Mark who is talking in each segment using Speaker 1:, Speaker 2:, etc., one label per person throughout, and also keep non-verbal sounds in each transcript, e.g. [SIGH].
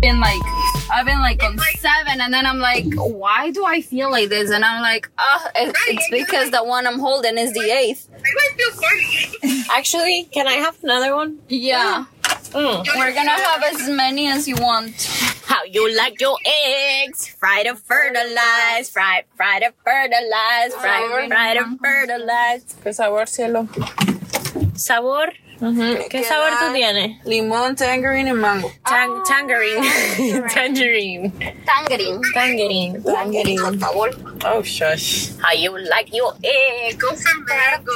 Speaker 1: been like, I've been like on seven, and then I'm like, why do I feel like this? And I'm like, ah, it- it's because the one I'm holding is the eighth.
Speaker 2: I might feel funny.
Speaker 3: Actually, can I have another one?
Speaker 1: Yeah,
Speaker 3: Mm.
Speaker 1: we're gonna have as many as you want.
Speaker 3: How you like your eggs? Fried or fertilized? Fried, fried or
Speaker 1: Oh
Speaker 3: fertilized? Fried, fried or fertilized?
Speaker 4: ¿Qué sabor, cielo?
Speaker 3: Sabor? ¿Qué sabor tú tienes?
Speaker 4: Limón, tangerine y mango.
Speaker 3: Tang- Ah, tangerine. [LAUGHS] tangerine.
Speaker 1: Tangerine.
Speaker 3: Tangerine.
Speaker 4: Tangerine.
Speaker 1: favor.
Speaker 4: Oh, shush.
Speaker 3: How you like your eggs?
Speaker 2: Go for mango.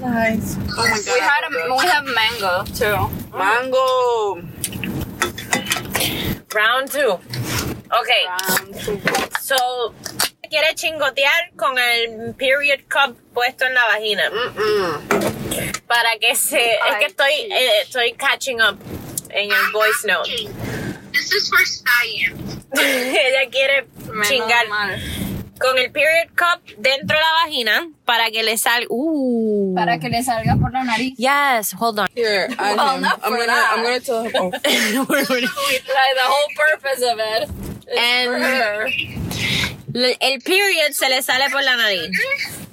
Speaker 4: Nice.
Speaker 2: Oh my
Speaker 1: We had a, we have mango too.
Speaker 4: Mango.
Speaker 3: Round two. Okay, so quiere chingotear con el period cup puesto en la vagina. Para que se... es
Speaker 1: Ay,
Speaker 3: que estoy, eh, estoy catching up en el voice note. [LAUGHS]
Speaker 2: This is for science.
Speaker 3: Ella quiere
Speaker 1: Menos
Speaker 3: chingar
Speaker 1: mal.
Speaker 3: con el period cup dentro de la vagina para que le salga... Uh.
Speaker 1: Para que le salga por la nariz.
Speaker 3: Yes, hold [LAUGHS] on.
Speaker 4: Here, I
Speaker 1: Well,
Speaker 4: am.
Speaker 1: not
Speaker 4: I'm
Speaker 1: for
Speaker 4: gonna,
Speaker 1: that.
Speaker 4: I'm gonna tell him. Oh.
Speaker 3: [LAUGHS]
Speaker 1: Like the whole purpose of it. is
Speaker 3: And-
Speaker 1: for her.
Speaker 3: Le- el period se le sale por la nariz.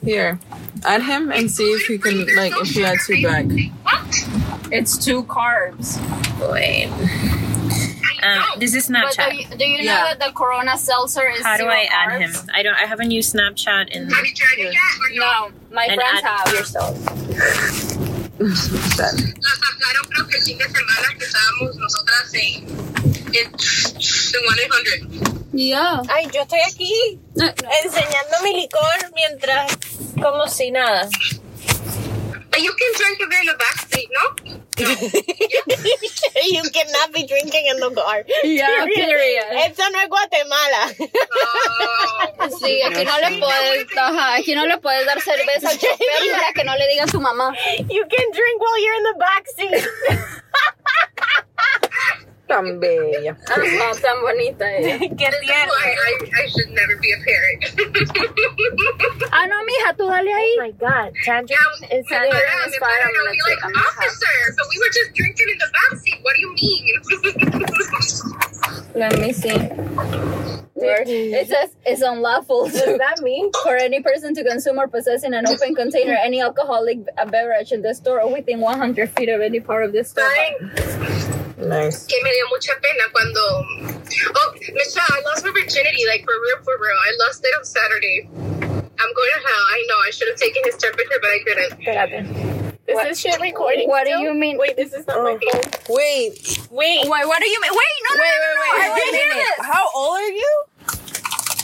Speaker 4: Here, add him and see if he can, like, if he adds you back.
Speaker 2: What?
Speaker 1: It's two carbs.
Speaker 3: Wait. Um, this is
Speaker 1: But
Speaker 3: Snapchat.
Speaker 1: do you, do you know
Speaker 4: Yeah.
Speaker 1: that the Corona seltzer is
Speaker 3: How do
Speaker 1: zero
Speaker 3: I add him?
Speaker 1: carbs?
Speaker 3: I don't. I haven't used Snapchat in.
Speaker 2: Have you tried it yet? Or no?
Speaker 1: No, my
Speaker 3: And
Speaker 1: friends
Speaker 3: add
Speaker 1: have.
Speaker 3: yourself.
Speaker 4: Done.
Speaker 2: Lo sacaron creo que el fin de semana que estábamos nosotras en en 100.
Speaker 1: Yeah.
Speaker 3: Ay, yo estoy aquí enseñando mi licor mientras como si nada.
Speaker 2: But you can drink it in the back seat, no?
Speaker 3: [LAUGHS] you cannot be drinking in the car.
Speaker 1: Yeah, period.
Speaker 3: Esto no es Guatemala. [LAUGHS]
Speaker 2: [LAUGHS] Oh.
Speaker 1: Sí, aquí no le puedes, ajá, aquí no le puedes dar cerveza al chofer [LAUGHS] para que no le diga a su mamá.
Speaker 3: you can drink while you're in the back seat. [LAUGHS]
Speaker 4: Tan bella.
Speaker 1: No, tan bonita ella.
Speaker 3: [LAUGHS] Qué
Speaker 2: That's
Speaker 3: tierno.
Speaker 2: why I, I should never be a parent.
Speaker 1: Ah, no, mija, tú dale ahí.
Speaker 3: my god,
Speaker 2: [LAUGHS] Yeah, we
Speaker 1: It's not
Speaker 2: were
Speaker 1: even
Speaker 2: around, and
Speaker 1: inspired
Speaker 2: we were gonna
Speaker 1: on
Speaker 2: be
Speaker 1: the
Speaker 2: like,
Speaker 1: chicken, huh?
Speaker 2: officer, but we were just drinking in the backseat. What do you mean?
Speaker 1: Let me see.
Speaker 2: [LAUGHS]
Speaker 1: Where- It says it's unlawful to-
Speaker 3: that mean?
Speaker 1: for any person to consume or possess in an open container any alcoholic b- a beverage in the store or within 100 feet of any part of the store.
Speaker 2: Ay,
Speaker 4: Nice.
Speaker 2: que me dio mucha pena cuando. Oh, Michelle, I lost my virginity, like for real, for real. I lost it on Saturday. I'm going to hell. I know. I should have taken his temperature, but I couldn't.
Speaker 3: Is this shit recording?
Speaker 1: What do you mean? Wait,
Speaker 3: Wait, this is not my phone.
Speaker 4: Wait,
Speaker 3: Wait,
Speaker 1: wait what do you mean? Wait, no, no, wait, no, no,
Speaker 4: wait,
Speaker 1: I want to hear this.
Speaker 4: how old are you?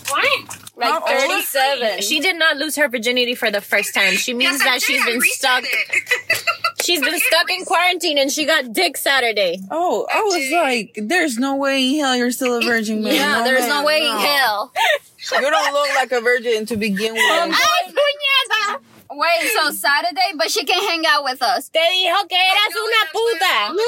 Speaker 2: What?
Speaker 1: Like
Speaker 4: How old?
Speaker 1: 37.
Speaker 3: She did not lose her virginity for the first time. She means
Speaker 2: Yes, I
Speaker 3: that
Speaker 2: did.
Speaker 3: she's
Speaker 2: I
Speaker 3: been
Speaker 2: reset
Speaker 3: stuck.
Speaker 2: it.
Speaker 3: She's been stuck in quarantine and she got dick Saturday.
Speaker 4: Oh, I was like, there's no way in hell you're still a virgin, man.
Speaker 1: yeah, there's no way in
Speaker 4: no.
Speaker 1: hell.
Speaker 4: [LAUGHS] You don't look like a virgin to begin with.
Speaker 1: [LAUGHS]
Speaker 3: ¡Ay, puñeta!
Speaker 1: Wait, so Saturday, but she can hang out with us.
Speaker 3: Te dijo que eras una puta.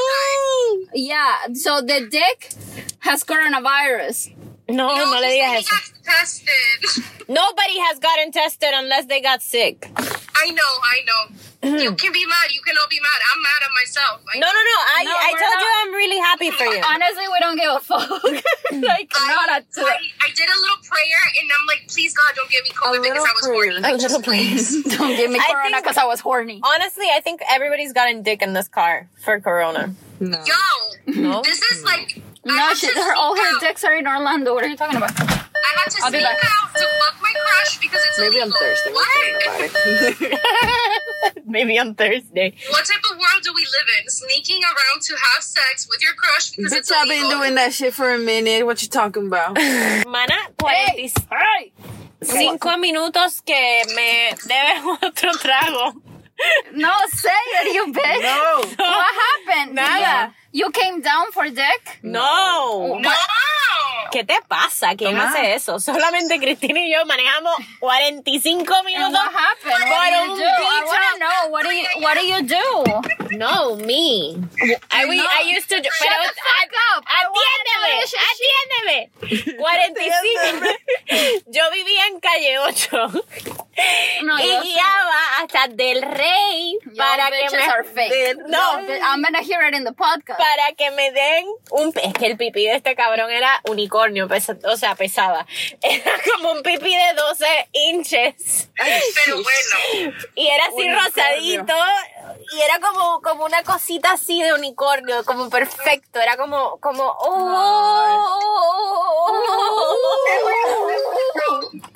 Speaker 1: Yeah, so the dick has coronavirus.
Speaker 3: No, [LAUGHS] no le
Speaker 2: he
Speaker 3: digas eso.
Speaker 2: got tested.
Speaker 3: Nobody has gotten tested unless they got sick.
Speaker 2: I know, I
Speaker 3: [CLEARS THROAT]
Speaker 2: know. you can be mad. You can all be mad. I'm mad at myself. I
Speaker 3: Hmm. No, no, no. I,
Speaker 1: No,
Speaker 3: I
Speaker 1: we're
Speaker 3: told
Speaker 1: not.
Speaker 3: you I'm really happy for you.
Speaker 1: Honestly, we don't give a fuck. [LAUGHS] like, not at
Speaker 2: I, I did a little prayer and I'm like, please God, don't get me COVID because I was horny.
Speaker 3: A little please.
Speaker 1: [LAUGHS] Don't give me
Speaker 3: I
Speaker 1: corona
Speaker 3: think-
Speaker 1: because I was horny.
Speaker 3: Honestly, I think everybody's gotten dick in this car for corona.
Speaker 4: No.
Speaker 2: Yo,
Speaker 3: No?
Speaker 2: this is like. I
Speaker 1: No,
Speaker 2: had
Speaker 1: she,
Speaker 2: to
Speaker 1: her, all
Speaker 2: sneak
Speaker 1: her
Speaker 2: out.
Speaker 1: dicks are in Orlando. What are you talking about?
Speaker 2: I had to
Speaker 1: I'll be
Speaker 2: sneak
Speaker 1: back.
Speaker 2: out to fuck my crush because it's
Speaker 4: Maybe on
Speaker 2: illegal.
Speaker 4: Thursday. We'll think about
Speaker 2: What?
Speaker 4: [LAUGHS]
Speaker 3: [LAUGHS]
Speaker 4: it.
Speaker 3: Maybe on Thursday.
Speaker 2: what type of world do we live in? Sneaking around to have sex with your crush because it's
Speaker 4: Bitch, I've been
Speaker 2: illegal.
Speaker 4: doing that shit for a minute. What you talking about?
Speaker 3: Mana,
Speaker 1: Hey,
Speaker 3: 45
Speaker 1: hey.
Speaker 3: minutos que me debes [LAUGHS] otro trago.
Speaker 1: [LAUGHS] No, say it, you bitch.
Speaker 3: Oh.
Speaker 4: No.
Speaker 1: What happened?
Speaker 3: Nada.
Speaker 1: You came down for dick?
Speaker 3: No.
Speaker 2: No!
Speaker 3: ¿Qué te pasa? ¿Quién
Speaker 4: Tomá.
Speaker 3: hace eso? Solamente Cristina y yo manejamos 45
Speaker 1: And what
Speaker 3: minutos.
Speaker 1: happened? What do you
Speaker 3: Fueron
Speaker 1: do? I want to know. What
Speaker 3: bichos.
Speaker 1: do you What do you do?
Speaker 3: No, me. I, we, I used to.
Speaker 1: Shut
Speaker 3: pero-
Speaker 1: the fuck up. I wanna know this shit.
Speaker 3: Atiéndeme, atiéndeme. 45. Yo vivía en calle 8
Speaker 1: No,
Speaker 3: y
Speaker 1: yo-
Speaker 3: guiaba hasta Del Rey
Speaker 1: Y'all
Speaker 3: para que
Speaker 1: bitches
Speaker 3: me
Speaker 1: are fake.
Speaker 3: de- no
Speaker 1: Y'all bi- I'm gonna hear it in the podcast.
Speaker 3: para que me den un es que el pipí de este cabrón era unicornio pesa- o sea pesaba [LAUGHS] era como un pipí de 12 inches
Speaker 2: Pero bueno,
Speaker 3: y era así
Speaker 4: Unicornio.
Speaker 3: rosadito y era como como una cosita así de unicornio como perfecto era como como oh, oh,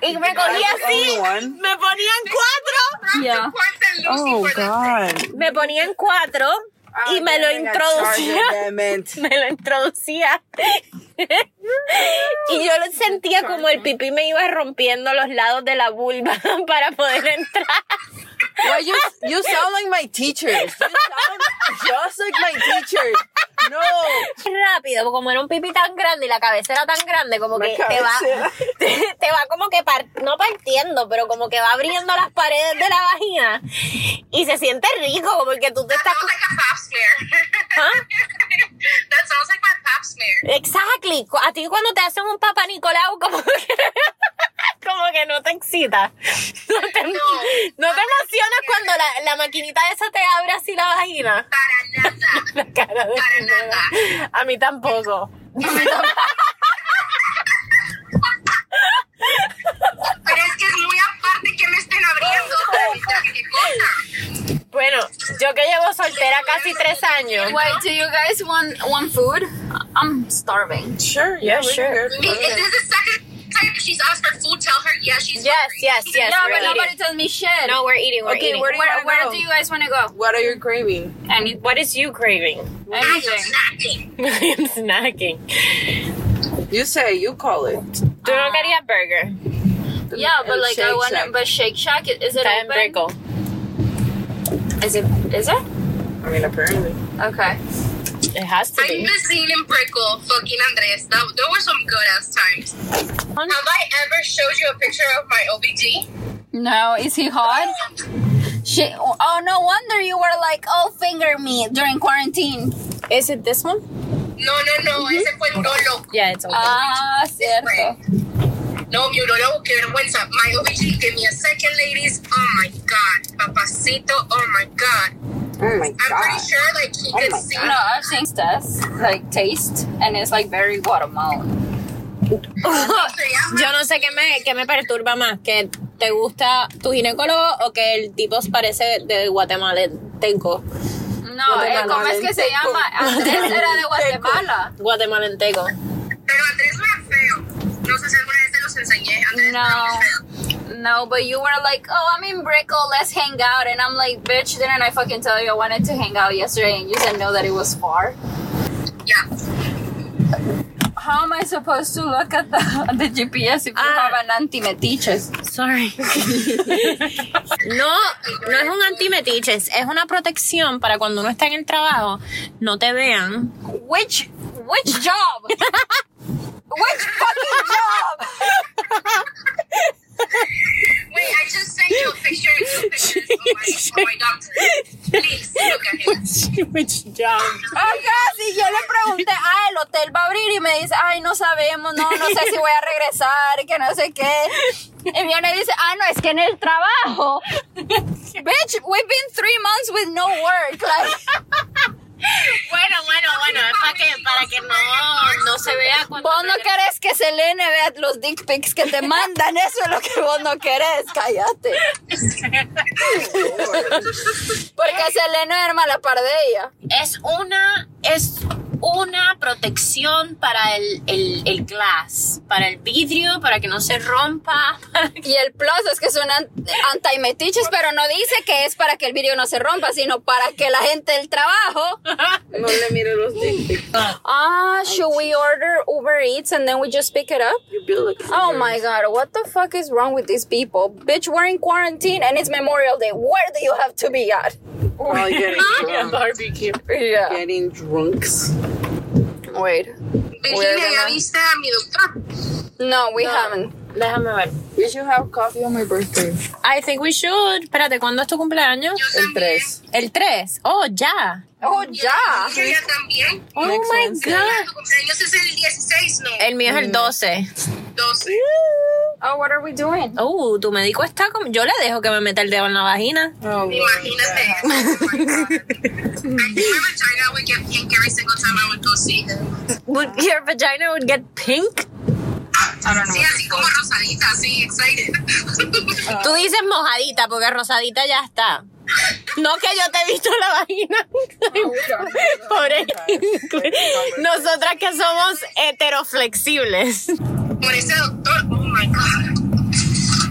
Speaker 3: y me cogía así
Speaker 4: Anyone?
Speaker 3: me ponían cuatro
Speaker 1: Yeah.
Speaker 2: cuánta luz y
Speaker 4: Oh
Speaker 2: cuánta-
Speaker 4: God!
Speaker 3: me ponían cuatro y me lo introducía [LAUGHS]
Speaker 4: Meant.
Speaker 3: me lo introducía y yo lo sentía como el pipí me iba rompiendo los lados de la vulva [LAUGHS] para poder entrar
Speaker 4: Why you you sound like my teachers? You sound just like my teachers. No,
Speaker 3: rápido como era un pipí tan grande y la cabeza era tan grande como
Speaker 4: My
Speaker 3: que te va
Speaker 4: cabeza.
Speaker 3: [LAUGHS] te, te va como que par- no partiendo pero como que va abriendo las paredes de la vagina y se siente rico como que tú te
Speaker 2: That
Speaker 3: estás ¿ah?
Speaker 2: sounds like a pap smear. [LAUGHS]
Speaker 3: Huh?
Speaker 2: that sounds like my pap smear.
Speaker 3: Exactly. Cu- A ti cuando te hacen un papá Nicolau, como que, [LAUGHS] como que no te excita. No te,
Speaker 2: No.
Speaker 3: no te emocionas cuando la, la maquinita esa te abre así la vagina.
Speaker 2: Para nada.
Speaker 3: La cara de
Speaker 2: Para
Speaker 3: Simona.
Speaker 2: nada.
Speaker 3: A mí tampoco.
Speaker 2: Pero es que es muy aparte que me estén
Speaker 4: [LAUGHS]
Speaker 2: abriendo. ¿Qué cosa?
Speaker 3: Bueno, yo que llevo soltera casi tres años.
Speaker 1: Wait, do you guys want want food? I'm starving.
Speaker 4: sure,
Speaker 3: Yeah,
Speaker 4: yeah, we
Speaker 3: sure.
Speaker 4: good.
Speaker 2: Is- Is this the second time she's asked for food? Tell her, yeah, she's
Speaker 3: Yes,
Speaker 2: hungry.
Speaker 3: yes, yes.
Speaker 1: yeah,
Speaker 3: we're
Speaker 1: but
Speaker 3: eating.
Speaker 1: nobody told me shit.
Speaker 3: No, we're eating. We're
Speaker 4: Okay,
Speaker 3: eating.
Speaker 4: where do you
Speaker 1: where,
Speaker 4: wanna
Speaker 1: where
Speaker 4: go?
Speaker 1: do you guys want to go?
Speaker 4: What are you craving?
Speaker 1: Any,
Speaker 3: What is you craving?
Speaker 2: I'm
Speaker 3: [LAUGHS]
Speaker 1: anything.
Speaker 2: snacking.
Speaker 3: I'm snacking.
Speaker 4: You say you call it.
Speaker 3: Tú no querías burger.
Speaker 1: Yeah, but
Speaker 4: El
Speaker 1: like I
Speaker 4: Shake
Speaker 1: want
Speaker 4: Shack.
Speaker 1: to. But Shake Shack i- is it
Speaker 3: Está en
Speaker 1: open?
Speaker 3: Brickell.
Speaker 1: Is it? Is it?
Speaker 4: I mean, apparently.
Speaker 1: Okay.
Speaker 3: It has to
Speaker 2: I'm
Speaker 3: be.
Speaker 2: missing in Brickle, fucking Andres. That, those were some good ass times. Have I ever showed you a picture of my OBG?
Speaker 1: No, is he hot? She, oh no wonder you were like, oh finger me during quarantine.
Speaker 3: Is it this one?
Speaker 2: No, no, no. Ese fue el no loco.
Speaker 3: Yeah, it's okay.
Speaker 1: Ah, cierto.
Speaker 2: No, mi no loco, qué vergüenza. My OBG, give me a second, ladies. Oh my god. Papacito, oh my god.
Speaker 3: [LAUGHS]
Speaker 4: Oh my
Speaker 2: I'm pretty sure, like, he
Speaker 4: Oh
Speaker 2: could
Speaker 4: my
Speaker 2: see.
Speaker 1: No, I've seen this like taste, and it's like very watermelon.
Speaker 3: [LAUGHS] Yo no sé qué me, qué me perturba más, que te gusta tu ginecólogo o que el tipo parece de guatemalteco.
Speaker 1: No, eh, ¿cómo es que se [LAUGHS] llama? Andrés era de Guatemala.
Speaker 3: Guatemalteco.
Speaker 2: Pero Andrés no era feo. No sé si alguna vez te los enseñé. Andrés no era muy feo.
Speaker 1: No, no, but you were like, oh, I'm in Brickell, let's hang out, and I'm like, bitch, didn't I fucking tell you I wanted to hang out yesterday, and you said no that it was far.
Speaker 2: Yeah.
Speaker 1: How am I supposed to look at the, the [LAUGHS] GPS if you
Speaker 3: Ah.
Speaker 1: have an anti-metiches?
Speaker 3: Sorry. no, no es un antimetiches, es una protección para cuando uno está en el trabajo, no te vean.
Speaker 1: Which which job? which fucking job?
Speaker 2: Wait, I just sent you a picture and two pictures. Oh my, oh my god. Please, look at him.
Speaker 3: Which job?
Speaker 1: Oiga, si yo le pregunté, ah, el hotel va a abrir y me dice, ay, no sabemos, no, no sé si voy a regresar, que no sé qué. Y viene y dice, ah, no, es que en el trabajo. Bitch, we've been three months with no work. Like,
Speaker 3: Bueno, bueno, bueno, es para que, para que no, no se vea cuando.
Speaker 1: vos no querés que Selene vea los dick pics que te mandan, eso es lo que vos no querés, cállate. Porque Selene era mala par de ella.
Speaker 3: [LAUGHS] es una es una protección para el, el, el glass, para el vidrio, para que no se rompa. [LAUGHS]
Speaker 1: Y el plus es que son an- anti-metiches, pero no dice que es para que el vídeo no se rompa, sino para que la gente del trabajo.
Speaker 4: No le mire los dick pics.
Speaker 1: Ah, should we order Uber Eats and then we just pick it up?
Speaker 4: You build like.
Speaker 1: Oh my god, what the fuck is wrong with these people? Bitch, we're in quarantine and it's Memorial Day. Where do you have to be at?
Speaker 4: Probably getting
Speaker 3: [LAUGHS]
Speaker 4: drunk.
Speaker 3: barbecue.
Speaker 1: Yeah.
Speaker 4: Getting drunks.
Speaker 1: Wait.
Speaker 2: Virginia, ¿ya
Speaker 1: gonna-
Speaker 2: viste a mi doctor?
Speaker 1: No, we haven't.
Speaker 3: Déjame ver.
Speaker 4: We should have coffee on my birthday.
Speaker 3: I think we should. Espérate, ¿cuándo es tu cumpleaños?
Speaker 2: Yo también.
Speaker 4: El 3.
Speaker 3: El 3. Oh, ya.
Speaker 1: Oh, ya.
Speaker 2: Yo ya también.
Speaker 3: Oh
Speaker 4: Next
Speaker 3: my
Speaker 4: Wednesday.
Speaker 3: god. Eh. Mm.
Speaker 2: Tu cumpleaños es el 16, ¿no?
Speaker 3: El mío es el 12.
Speaker 2: 12.
Speaker 1: Oh, what are we doing?
Speaker 3: Uh, tu médico está como. Yo le dejo que me meta el dedo en la vagina.
Speaker 4: Oh,
Speaker 2: Imagínate.
Speaker 1: [LAUGHS]
Speaker 2: Oh my God. I think my vagina would get pink every single time I would go see him.
Speaker 3: Would, your vagina would get pink.
Speaker 2: Sí, así como rosadita, así, excited.
Speaker 3: Tú dices mojadita porque rosadita ya está. No que yo te he visto la vagina. Pobre. [LAUGHS] Nosotras que somos heteroflexibles.
Speaker 2: When I said doctor, oh my god.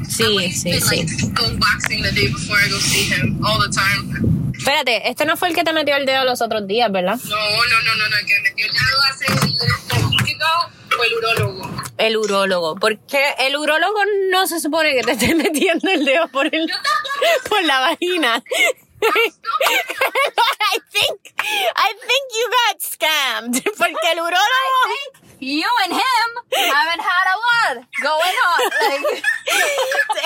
Speaker 3: Sí, sí,
Speaker 2: It's
Speaker 3: sí.
Speaker 2: like go boxing the day before I go see him all the time.
Speaker 3: Espérate, este no fue el que te metió el dedo los otros días, ¿verdad?
Speaker 2: No, no, no, no, no. Que me dio el dedo hace como un week ago fue el urólogo.
Speaker 3: El urólogo. Porque el urólogo no se supone que te esté metiendo el dedo por, el, por la vagina. [LAUGHS] I think, I think you got scammed. Porque el urólogo.
Speaker 1: You and him haven't had a lot going [LAUGHS] on. Like,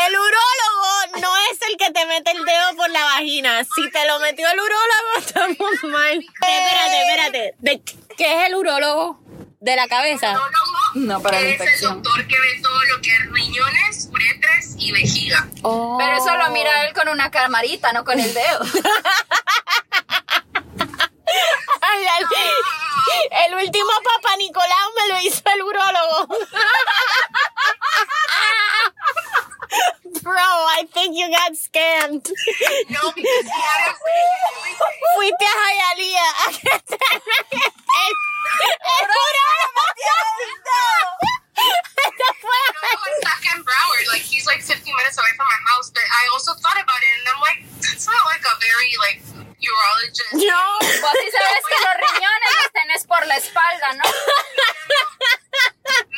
Speaker 3: El urólogo no es el que te mete el dedo por la vagina. Si te lo metió el urólogo, [LAUGHS] estamos mal. Espérate, espérate. ¿De ¿Qué es el urólogo? ¿De la cabeza?
Speaker 2: Urólogo
Speaker 1: No, para la
Speaker 2: es el
Speaker 1: infección.
Speaker 2: doctor que ve todo lo que es riñones, uretres y vejiga.
Speaker 1: Pero eso lo mira él con una camarita, no con el [LAUGHS] dedo.
Speaker 3: Ay, ay, El último papá Nicolau me lo hizo el urólogo. Bro, I think you got scammed.
Speaker 2: No, because he had a
Speaker 3: Fuiste a Jayalía [LAUGHS] a que te el, el urólogo. Esta fue
Speaker 2: No, it's back in Broward. Like he's like 15 minutes away from my house. But I also thought about it, and I'm like, that's not like a very like urologist.
Speaker 3: No.
Speaker 1: Vos sí sabes que los riñones los tenés por la espalda, ¿no?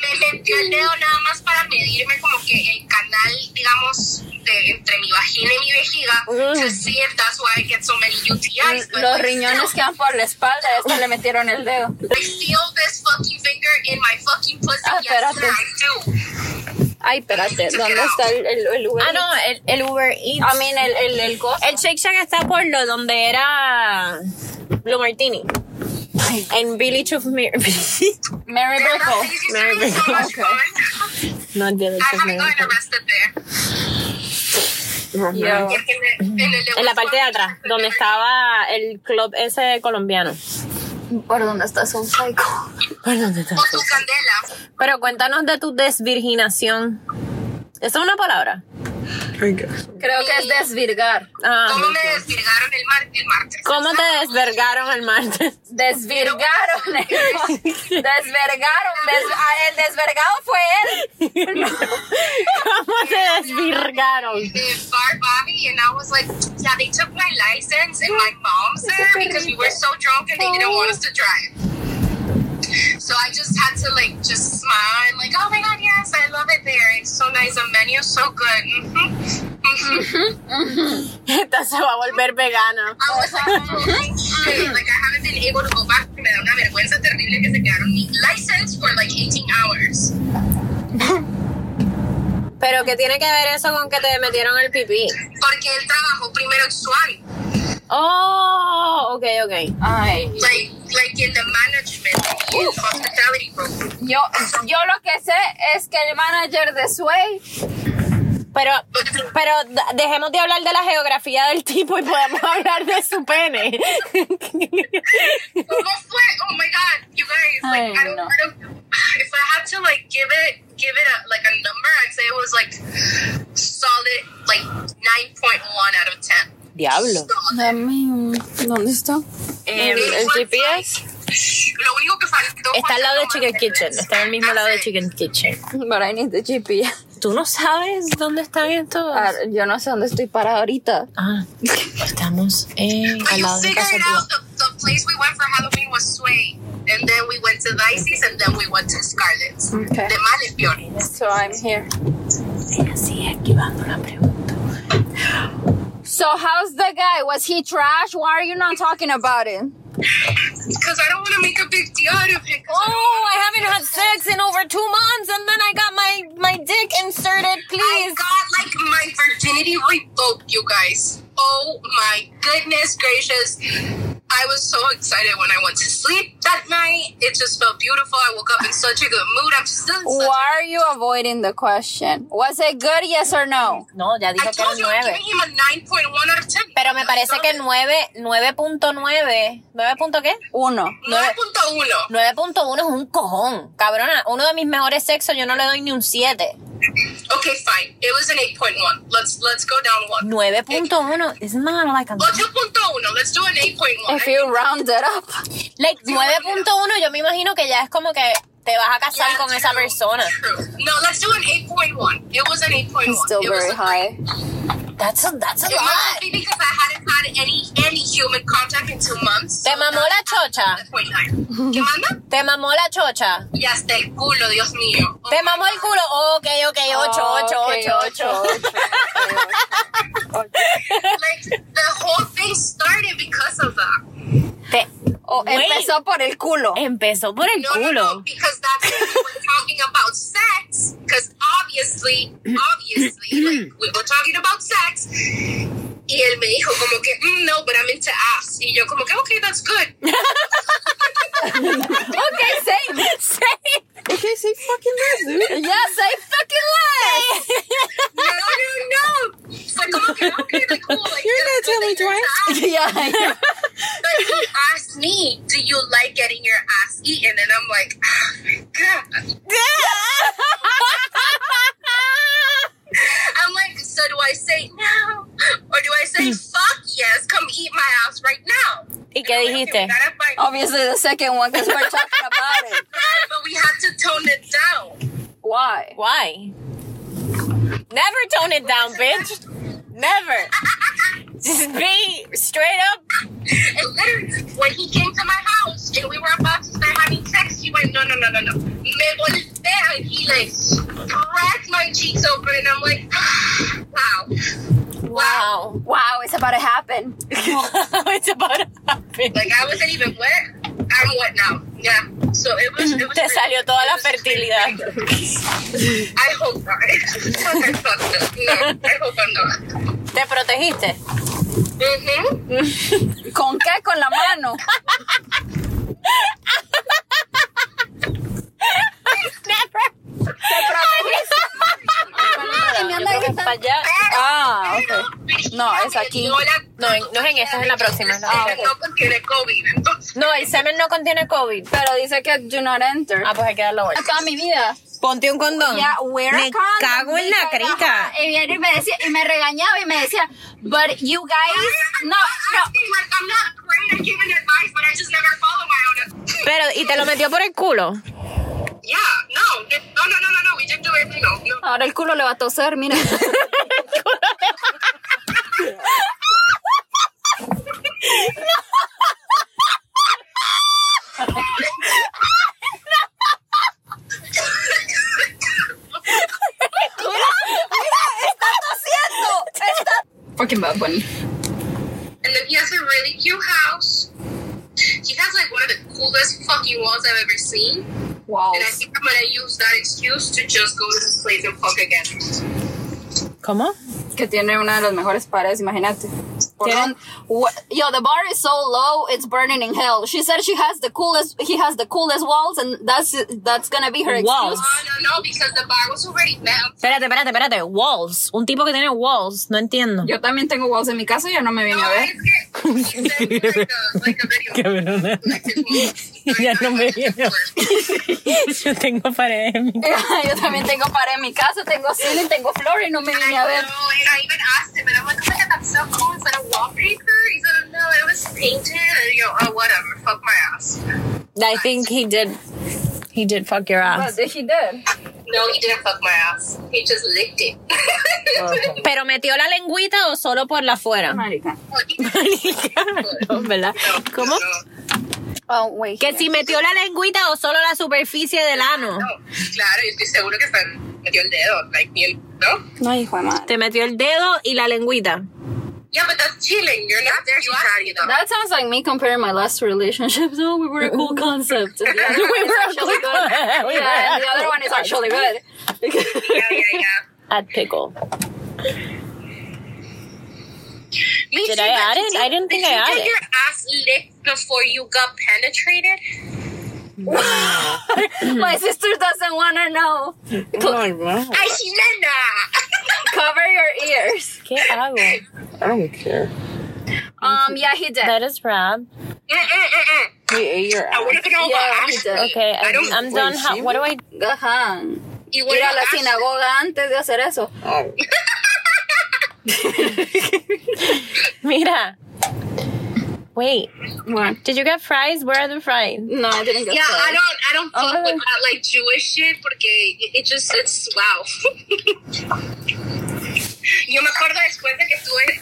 Speaker 2: Me metió el dedo nada más para medirme como que el canal, digamos, de entre mi vagina y mi vejiga to see if that's why I get so many UTIs. But
Speaker 1: Los
Speaker 2: like,
Speaker 1: riñones
Speaker 2: still,
Speaker 1: quedan por la espalda, a este le metieron el dedo.
Speaker 2: I feel this fucking finger in my fucking pussy.
Speaker 1: Ah,
Speaker 2: yes,
Speaker 1: espérate.
Speaker 2: sir, I do.
Speaker 1: Ay, espérate, ¿dónde está el, el, el Uber?
Speaker 3: Ah, no, el, el Uber Eats.
Speaker 1: A mí el, el, el coso.
Speaker 3: el Shake Shack está por lo donde era Blue Martini. En Village of [LAUGHS] Mir
Speaker 1: Mary [LAUGHS]
Speaker 2: That
Speaker 1: Brickle.
Speaker 2: place used to be so much
Speaker 1: Pues
Speaker 2: fun.
Speaker 3: Not Village
Speaker 2: I
Speaker 3: of
Speaker 2: haven't gotten
Speaker 3: Miracle.
Speaker 2: arrested there.
Speaker 1: Oh. Yo.
Speaker 2: Porque en, el- en el de
Speaker 3: En la parte de
Speaker 2: Wisconsin,
Speaker 3: atrás, donde estaba el club ese colombiano.
Speaker 1: ¿Por dónde está Soul Psycho?
Speaker 3: ¿Por dónde está?
Speaker 2: O tu candela.
Speaker 3: Pero cuéntanos de tu desvirginación. ¿Esa es una palabra?
Speaker 1: Creo que es desvirgar.
Speaker 3: Ah,
Speaker 2: ¿Cómo me desvirgaron el, mar el martes?
Speaker 3: ¿Cómo te desvergaron el [LAUGHS] martes?
Speaker 1: [LAUGHS] Desvirgaron. Desvergaron. Des- ah, el desvergado fue él.
Speaker 3: ¿Cómo te desvirgaron?
Speaker 2: The bar Bobby and I was like, yeah, they took my license and my mom's there because we were so drunk and they didn't want us to drive. So I just had to like just smile and like, oh my god, yes, I love it there. It's so nice. The menu's so good. hmm hmm
Speaker 3: Esta se va a volver vegana.
Speaker 2: I was like, oh, shit. Like I haven't been able to go back. Me da una vergüenza terrible que se quedaron mi license for like 18 hours.
Speaker 3: Pero ¿qué tiene que ver eso con que te metieron el pipí?
Speaker 2: Porque él trabajó primero en Swan.
Speaker 3: Oh, ok, ok.
Speaker 1: Ay.
Speaker 2: like like in the management in hospitality room.
Speaker 1: Yo, yo lo que sé es que el manager de Sway.
Speaker 3: Pero,
Speaker 2: But
Speaker 3: pero d- dejemos de hablar de la geografía del tipo y podemos [LAUGHS] hablar de su pene.
Speaker 2: almost like oh my god, you guys, like
Speaker 1: Ay,
Speaker 2: I don't,
Speaker 1: no.
Speaker 2: I don't if I had to like give it give it a, like a number, I'd say it was like solid like nine point one out of ten.
Speaker 3: Diablo.
Speaker 2: Solid.
Speaker 1: ¿Dónde está?
Speaker 3: Em, el GPS
Speaker 2: Lo único que faltó
Speaker 3: está
Speaker 2: fue
Speaker 3: al lado de
Speaker 2: hacer
Speaker 3: Chicken
Speaker 2: como
Speaker 3: Kitchen.
Speaker 2: maintenance.
Speaker 3: Está en el mismo lado de
Speaker 2: That's it.
Speaker 3: Chicken Kitchen.
Speaker 1: But I need the GPS.
Speaker 3: ¿Tú no sabes dónde están estos?
Speaker 1: Ah, yo no sé dónde estoy parada ahorita.
Speaker 3: Ah, estamos en,
Speaker 2: But
Speaker 3: al
Speaker 2: you
Speaker 3: lado de Casa
Speaker 2: figured
Speaker 3: Tía.
Speaker 2: out the, the place we went for Halloween was Sway. And then we went to Dicey's and then we went to Scarlett's.
Speaker 1: Okay.
Speaker 2: De males peores.
Speaker 1: So I'm here.
Speaker 3: Mira, sigue esquivando la pregunta.
Speaker 1: So how's the guy? Was he trash? Why are you not talking about it?
Speaker 2: Because I don't want to make a big deal out of it. 'cause I don't
Speaker 3: Oh, I haven't had sex in over two months, and then I got my my dick inserted.
Speaker 2: I
Speaker 3: Please.
Speaker 2: got like my virginity revoked, you guys. Oh my goodness gracious. I was so excited when I went to sleep that night. It just felt beautiful. I woke up in such a good mood. I'm still in such
Speaker 1: Why are you avoiding the question? Was it good, yes or no?
Speaker 3: No, ya
Speaker 2: a, I
Speaker 3: dije que era
Speaker 2: told you I'm giving
Speaker 3: 9.
Speaker 2: him a 9.1 out of 10.
Speaker 3: Pero me parece que 9, 9.9, 9. punto qué?
Speaker 1: Uno.
Speaker 2: 9.1.
Speaker 3: 9.1 es un cojón. Cabrona, uno de mis mejores sexos yo no le doy ni un 7.
Speaker 2: Okay, fine. It was an 8.1. Let's let's go down one.
Speaker 3: 9.1 es not like a...
Speaker 2: 8.1. Let's do an 8.1.
Speaker 1: If you round it up.
Speaker 3: Like 9.1 yo me imagino que ya es como que te vas a casar
Speaker 2: Yeah,
Speaker 3: con esa
Speaker 2: true,
Speaker 3: persona.
Speaker 2: True. No, let's do an 8.1. It was an 8.1.
Speaker 1: It's still
Speaker 2: it was
Speaker 1: very
Speaker 2: a-
Speaker 1: high.
Speaker 3: That's a, that's a
Speaker 2: It must
Speaker 3: lot.
Speaker 2: be because I hadn't had any any human contact in two months.
Speaker 3: Te mamó la chocha.
Speaker 2: 7.9. ¿Qué manda?
Speaker 3: Te mamó la chocha.
Speaker 2: Y hasta el culo, Dios mío. Oh
Speaker 3: Te
Speaker 2: my
Speaker 3: mamó el
Speaker 2: God.
Speaker 3: culo. Ok, ok, 8, 8,
Speaker 1: Oh,
Speaker 3: 8,
Speaker 1: okay,
Speaker 3: 8.
Speaker 1: ocho, ocho, ocho.
Speaker 2: Like, the whole thing started because of that.
Speaker 3: Te
Speaker 1: Oh,
Speaker 3: Wait.
Speaker 1: empezó por el culo.
Speaker 3: empezó por el
Speaker 2: No, no, no,
Speaker 3: culo.
Speaker 2: because that's when we were talking about sex. Because obviously, obviously, like, we were talking about sex. Y él me dijo como que, "Mm, no, but I'm into ass. Y yo como que, okay, that's good.
Speaker 1: Okay, same.
Speaker 4: Okay, say fucking this,
Speaker 3: [LAUGHS]
Speaker 4: dude.
Speaker 1: Yeah, say fucking less.
Speaker 2: No, no, no. It's like, como que, okay, like, cool.
Speaker 3: [LAUGHS]
Speaker 2: Like,
Speaker 4: You're
Speaker 2: that's good
Speaker 4: gonna tell
Speaker 2: that
Speaker 4: me
Speaker 2: you're into ass.
Speaker 1: Yeah, yeah.
Speaker 2: But he asked me, do you like getting your ass eaten? And I'm like, oh my God. I'm like, so do I say no? Or do I say, fuck yes, come eat my ass right now?
Speaker 3: ¿Y qué dijiste?
Speaker 2: And I'm like,
Speaker 1: Obviously, the second one because we're talking about it.
Speaker 2: [LAUGHS] but we had to tone it down.
Speaker 1: Why?
Speaker 3: Why? Never tone it down, bitch. Never. Just be straight up.
Speaker 2: And literally, when he came to my house and we were about to start having sex, he went, no, no, no, no, no. Me voltea, and he like cracked my cheeks open, and I'm like, [SIGHS] wow.
Speaker 3: Wow.
Speaker 1: Wow, it's about to happen.
Speaker 3: [LAUGHS] it's about to happen.
Speaker 2: Like I wasn't even wet. I'm wet now. Yeah. So it was. It was
Speaker 3: Te
Speaker 2: really-
Speaker 3: salió toda la
Speaker 2: it was really
Speaker 3: fertilidad.
Speaker 2: good. I hope not. [LAUGHS] I fucked up. No, I hope I'm not.
Speaker 3: Te protegiste.
Speaker 2: Mm-hmm.
Speaker 1: ¿Con qué? Con la mano.
Speaker 3: Never.
Speaker 1: Y me anda
Speaker 3: Para
Speaker 1: gritando.
Speaker 3: allá.
Speaker 1: Ah,
Speaker 2: Pero
Speaker 1: ok.
Speaker 2: Virginia
Speaker 1: No, es
Speaker 2: me
Speaker 1: aquí.
Speaker 2: dio la-
Speaker 3: No, en- no es en esta, es en la próxima, es la
Speaker 2: Ah,
Speaker 1: próxima.
Speaker 2: No contiene COVID, entonces.
Speaker 3: No, el semen no contiene COVID.
Speaker 1: Pero dice que do not enter.
Speaker 3: Ah, pues hay que darlo vuelta.
Speaker 1: Toda mi vida.
Speaker 3: Ponte un condón.
Speaker 1: Ya, wear a
Speaker 3: Me
Speaker 1: condom,
Speaker 3: cago en la
Speaker 1: dice,
Speaker 3: crica.
Speaker 1: ajá. Y viene y me decía, y me regañaba y me decía, but you guys, no, no.
Speaker 2: Asking, like, I'm not great at giving advice, but I just never follow my own.
Speaker 3: Pero, ¿y te lo metió por el culo?
Speaker 2: Yeah, no, it- no, no, no, no, no. We just do it, you know. No.
Speaker 1: Ahora el culo le va a toser, mira.
Speaker 3: [LAUGHS]
Speaker 1: Fucking Bad Bunny.
Speaker 2: And then he has a really cute house. He has like one of the coolest fucking walls I've ever seen.
Speaker 1: Wow.
Speaker 2: And I think I'm gonna use that excuse to just go to this place and fuck again.
Speaker 3: ¿Cómo?
Speaker 1: Que tiene una de las mejores paredes, imagínate. Por dónde- Wha- Yo, the bar is so low, it's burning in hell. She said she has the coolest, he has the coolest walls, and that's that's gonna be her
Speaker 3: Walls.
Speaker 1: excuse.
Speaker 2: Oh no, no, because the bar was already down.
Speaker 3: Espérate, espérate, espérate. Walls. Un tipo que tiene walls. No entiendo.
Speaker 1: [LAUGHS] Yo también tengo walls en mi casa y yo no me
Speaker 2: No,
Speaker 1: vine a ver. [LAUGHS]
Speaker 2: it's good.
Speaker 3: [LAUGHS]
Speaker 2: It's like a, like a video.
Speaker 3: [LAUGHS] Ya no me
Speaker 2: [LAUGHS]
Speaker 3: vino. Yo tengo paredes en mi
Speaker 1: yo también tengo pared en mi casa, tengo ceiling, tengo floor y no me
Speaker 2: I
Speaker 1: vine a
Speaker 2: know,
Speaker 1: ver.
Speaker 2: and I even asked him, and I'm like, oh my god, that's so cool. Is that a wallpaper? He said, no, it was painted. And you know, oh, whatever, fuck my ass.
Speaker 3: I think he did. He did fuck your ass.
Speaker 1: But he did.
Speaker 2: No, he didn't fuck my ass. He just licked it. [LAUGHS]
Speaker 3: Pero metió la lengüita o solo por la afuera.
Speaker 1: Marica.
Speaker 3: No, [LAUGHS] ¿verdad? ¿Cómo?
Speaker 1: Oh, wait.
Speaker 3: Que si metió la lengüita o solo la superficie del ano.
Speaker 2: No, claro, yo estoy seguro que se metió el dedo, like, ni el, ¿no?
Speaker 1: No, hijo de madre.
Speaker 3: Te metió el dedo y la lengüita.
Speaker 2: Yeah, but that's chilling. You're not there. You asking them.
Speaker 1: That sounds like me comparing my last relationship. [LAUGHS] No, we were a cool concept. [LAUGHS] The other
Speaker 2: We
Speaker 1: one is
Speaker 3: were a
Speaker 1: actually
Speaker 3: cool
Speaker 1: good.
Speaker 3: [LAUGHS] concept. We
Speaker 1: [LAUGHS] Yeah, and the other one is
Speaker 3: were a cool
Speaker 1: actually good.
Speaker 2: Yeah, yeah,
Speaker 3: [LAUGHS]
Speaker 2: yeah.
Speaker 3: At pickle.
Speaker 2: Me
Speaker 3: Did
Speaker 2: too,
Speaker 3: I
Speaker 2: but
Speaker 3: add
Speaker 2: did
Speaker 3: it?
Speaker 2: you-
Speaker 3: I didn't think
Speaker 2: did
Speaker 3: I
Speaker 2: you
Speaker 3: added
Speaker 2: get
Speaker 3: it.
Speaker 2: your ass licked before you got penetrated?
Speaker 1: [CLEARS THROAT] My sister doesn't want to know.
Speaker 4: Oh my god.
Speaker 2: Ay,
Speaker 3: [LAUGHS]
Speaker 2: Chilena!
Speaker 1: Cover your ears.
Speaker 3: ¿Qué hago?
Speaker 4: I don't care.
Speaker 1: Um, yeah, he did.
Speaker 3: That is Rob.
Speaker 2: Mm, Mm-mm-mm-mm.
Speaker 4: He ate your
Speaker 2: I
Speaker 4: ass.
Speaker 2: wouldn't know
Speaker 1: Yeah,
Speaker 2: about
Speaker 1: he
Speaker 2: Ashley.
Speaker 1: did.
Speaker 3: Okay,
Speaker 2: I
Speaker 3: I'm,
Speaker 2: don't.
Speaker 3: I'm done.
Speaker 4: wait,
Speaker 3: How,
Speaker 4: she
Speaker 3: what do I?
Speaker 1: Ajá.
Speaker 2: you
Speaker 1: Ir a
Speaker 2: wouldn't
Speaker 1: la
Speaker 2: know Ashley.
Speaker 1: sinagoga antes de hacer eso.
Speaker 4: Oh.
Speaker 2: [LAUGHS]
Speaker 3: Mira. Wait, did you get fries? Where are the fries?
Speaker 1: No, I didn't get
Speaker 2: Yeah,
Speaker 1: that.
Speaker 2: I don't. I don't fuck
Speaker 1: Oh.
Speaker 2: with that like Jewish shit porque it, it just it's wow. [LAUGHS] Yo me acuerdo después de que tuve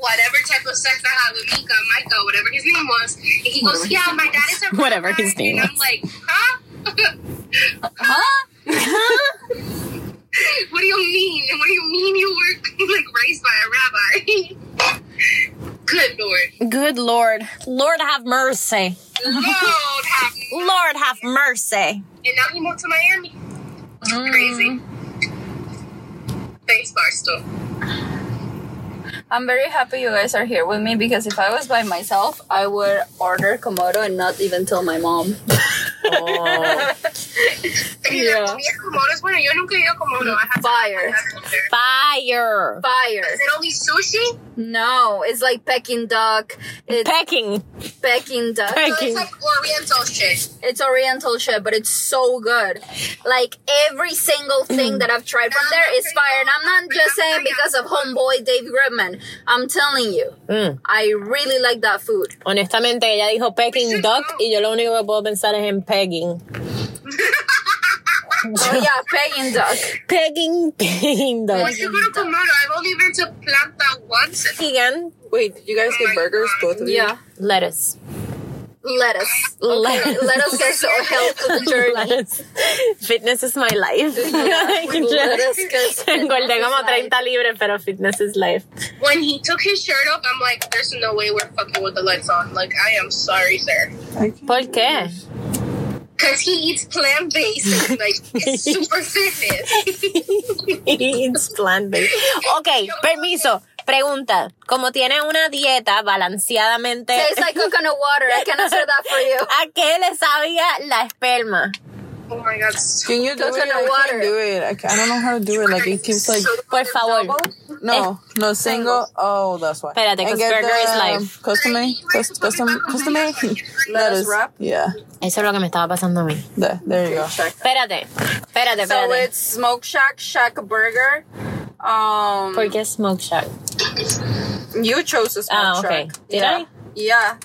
Speaker 2: whatever type of sex I had with Mika, Micah, whatever his name was, and he goes, "Yeah, my dad is a
Speaker 3: Whatever his
Speaker 2: rabbi,"
Speaker 3: name
Speaker 2: and I'm
Speaker 3: was.
Speaker 2: like,
Speaker 3: [LAUGHS]
Speaker 2: "Huh?
Speaker 1: Huh?
Speaker 2: [LAUGHS] what do you mean? What do you mean you were [LAUGHS] like raised by a rabbi?" [LAUGHS] Good lord,
Speaker 3: [LAUGHS] Good Lord. Lord have mercy.
Speaker 2: Lord have
Speaker 3: Lord have mercy.
Speaker 2: And now we moved to Miami. Mm. Crazy. Thanks, Barstool.
Speaker 1: I'm very happy you guys are here with me because if I was by myself, I would order Komodo and not even tell my mom.
Speaker 4: Oh.
Speaker 2: Y
Speaker 1: Yeah.
Speaker 2: la comida en Komodo es buena. Yo nunca he ido a Komodo. I have to-
Speaker 1: Fire.
Speaker 2: I have to there.
Speaker 3: Fire.
Speaker 1: Fire.
Speaker 2: Is it only sushi?
Speaker 1: No, it's like Peking duck. It's
Speaker 3: Pecking.
Speaker 1: Peking duck.
Speaker 3: Peking.
Speaker 2: So it's like oriental shit.
Speaker 1: It's oriental shit, but it's so good. Like every single thing that I've tried from there is fire. And I'm not just saying because of homeboy Dave Gribman. I'm telling you,
Speaker 3: Mm.
Speaker 1: I really like that food. [LAUGHS]
Speaker 3: Honestamente, ella dijo pecking duck y yo lo único que puedo pensar es en pegging.
Speaker 1: Oh yeah, Peking duck.
Speaker 3: Pegging, [LAUGHS] pegging duck.
Speaker 2: Once you go to Komodo, I've only been to Planta once.
Speaker 3: Vegan
Speaker 4: Wait, did you guys
Speaker 2: Oh my
Speaker 4: get burgers?
Speaker 2: God.
Speaker 4: Both of you?
Speaker 1: Yeah,
Speaker 3: lettuce.
Speaker 1: lettuce.
Speaker 3: Lettuce.
Speaker 1: Let us get so help to [LAUGHS] the journey.
Speaker 3: [LAUGHS] lettuce. Fitness is my life.
Speaker 1: Lettuce,
Speaker 3: [LAUGHS]
Speaker 1: 'cause
Speaker 3: Engordé como
Speaker 1: fitness is
Speaker 3: 30 libras, pero fitness is life.
Speaker 2: When he took his shirt off, I'm like, there's no way we're fucking with the lights on. Like, I am sorry, sir.
Speaker 3: ¿Por qué?
Speaker 2: Because he eats plant [LAUGHS] based and, like, it's super fitness. [LAUGHS]
Speaker 3: It's plant-based. Ok, permiso. Pregunta. Como tiene una dieta balanceadamente,
Speaker 1: Tastes like coconut water. I can answer that for you.
Speaker 3: [LAUGHS] ¿a qué le sabía la esperma?
Speaker 2: oh my god. so-
Speaker 4: Can you do
Speaker 1: Coconut
Speaker 4: it? I
Speaker 1: water.
Speaker 4: can't do it. I, ca- I don't know how to do it. Like it keeps like
Speaker 3: Por favor. Eh.
Speaker 4: no, no single. Oh, that's why.
Speaker 3: Espérate, 'cause burger is life.
Speaker 4: Custom, custom, um, custom, custom.
Speaker 2: [LAUGHS]
Speaker 1: Lettuce wrap.
Speaker 4: Yeah,
Speaker 3: Eso es lo que me estaba pasando a mí.
Speaker 4: there, there you go.
Speaker 3: Espérate, espérate,
Speaker 1: So
Speaker 3: espérate.
Speaker 1: it's Smoke Shack Shack Burger. Um,
Speaker 3: ¿Por qué Smoke Shack?
Speaker 1: you chose the Smoke
Speaker 3: Ah,
Speaker 1: Shack.
Speaker 3: ok. Did
Speaker 1: yeah.
Speaker 3: I?
Speaker 1: Yeah.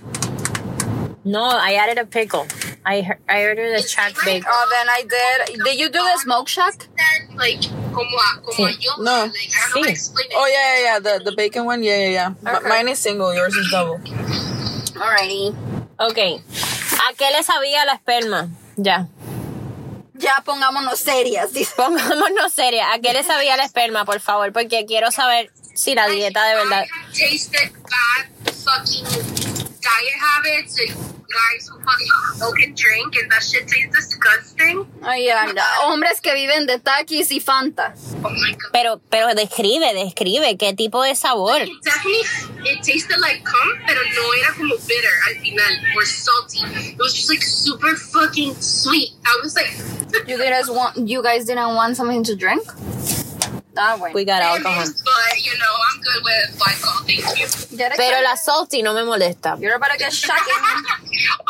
Speaker 3: No, I added a pickle. I, he- I ordered a shack bake.
Speaker 1: Oh, then I did. Did you do the Smoke Shack?
Speaker 2: That, like, como a, como a
Speaker 3: Sí.
Speaker 2: yo, like, I don't
Speaker 4: No.
Speaker 2: know how to
Speaker 3: Sí.
Speaker 2: explain it.
Speaker 4: Oh yeah, yeah, yeah. The the bacon one. Yeah, yeah, yeah. M-
Speaker 1: Okay.
Speaker 4: Mine is single. Yours is double.
Speaker 1: Alrighty.
Speaker 3: Ok. ¿A qué le sabía la esperma? Ya. [LAUGHS]
Speaker 1: Ya pongámonos serias. [LAUGHS] dice.
Speaker 3: Pongámonos seria. ¿A qué le sabía la esperma, por favor? Porque quiero saber si la dieta de verdad.
Speaker 2: I have tasted bad fucking diet habits and guys who fucking smoke and drink and that shit tastes disgusting.
Speaker 1: Oh, yeah. Hombres que viven de taquis y Fanta.
Speaker 2: Oh my god.
Speaker 3: Pero, pero describe, describe qué tipo de sabor.
Speaker 2: It definitely it tasted like cum, pero no era como bitter al final or salty. It was just like super fucking sweet. I was like,
Speaker 1: You guys want? You guys didn't want something to drink? Ah, bueno.
Speaker 3: We got alcohol.
Speaker 2: but you know, I'm good with alcohol. Thank you.
Speaker 1: Ya era
Speaker 3: Pero
Speaker 1: que-
Speaker 3: la salty no me molesta.
Speaker 1: You're about to get shacking.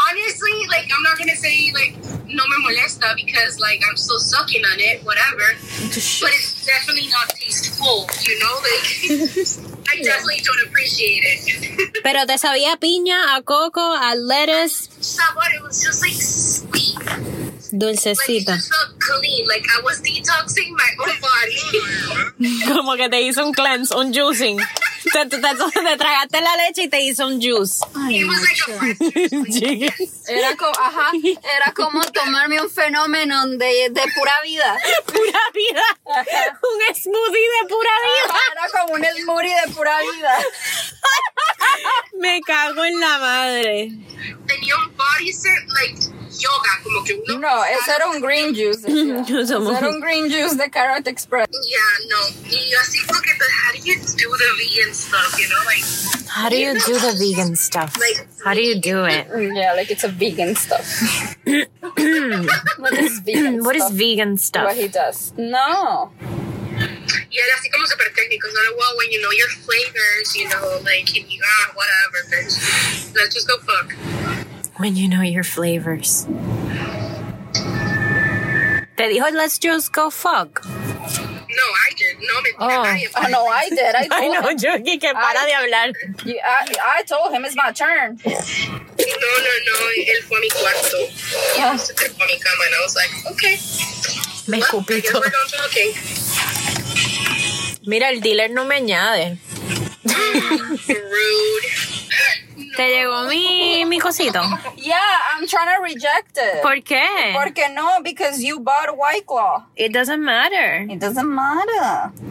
Speaker 2: Honestly, like I'm not gonna say like no me molesta because like I'm still sucking on it, whatever. But it's definitely not tasteful, you know. Like I definitely don't appreciate it. [LAUGHS]
Speaker 3: Pero te sabía a piña, a coco, a lettuce,
Speaker 2: Sabor, it was just like sweet, like it
Speaker 3: [LAUGHS] dulcecita.
Speaker 2: just felt clean. Like I was detoxing my own body.
Speaker 3: Como que te hizo un cleanse, un juicing. Te, te- te- te tragaste la leche y te hizo un [LAUGHS] juice.
Speaker 2: it was like a fresh
Speaker 1: Era como, ajá, era como tomarme un fenómeno de, de pura vida.
Speaker 3: pura vida. Un smoothie de pura [LAUGHS] vida.
Speaker 1: Era como un smoothie de pura vida.
Speaker 3: Me cago en la madre.
Speaker 2: Then your body scent, like yoga, como que uno.
Speaker 1: No, eso era un green juice. [LAUGHS] decía. Eso era un green juice de Carrot Express.
Speaker 2: Yeah, no. Y yo así como que, but how do you do the vegan stuff, you know? Like,
Speaker 3: How do you do the vegan stuff?
Speaker 2: Like-
Speaker 3: How do you do it?
Speaker 1: Mm, Yeah, like it's a vegan stuff.
Speaker 3: [LAUGHS]
Speaker 1: what is vegan
Speaker 3: What is
Speaker 1: stuff?
Speaker 3: vegan
Speaker 1: What
Speaker 3: stuff?
Speaker 1: he does. No.
Speaker 2: y era así como súper técnico. So, well, when you know your flavors, you know, like, and you, ah, whatever, bitch. Let's just go fuck.
Speaker 3: When you know your flavors. Te dijo, let's just go fuck.
Speaker 2: No, I did. No, me
Speaker 3: Oh.
Speaker 2: I am.
Speaker 1: Oh, no, I did.
Speaker 3: [LAUGHS]
Speaker 1: I told
Speaker 3: [LAUGHS] Ay, no,
Speaker 1: him.
Speaker 3: Yogi, que para de hablar.
Speaker 1: You- I, I told him it's my turn.
Speaker 2: No, no, no. Él fue a mi cuarto.
Speaker 1: Yeah.
Speaker 2: Se trepó a mi cama, and I was like, okay.
Speaker 3: Me
Speaker 2: Well, I
Speaker 3: escupí
Speaker 2: guess
Speaker 3: todo.
Speaker 2: we're done talking.
Speaker 3: Mira, el dealer no me añade.
Speaker 2: Rude.
Speaker 3: Te llegó mi, mi cosito.
Speaker 1: Yeah, I'm trying to reject it.
Speaker 3: ¿Por qué?
Speaker 1: Porque no, [LAUGHS] because you bought White Claw.
Speaker 3: It doesn't matter.
Speaker 1: It doesn't matter.
Speaker 2: [LAUGHS]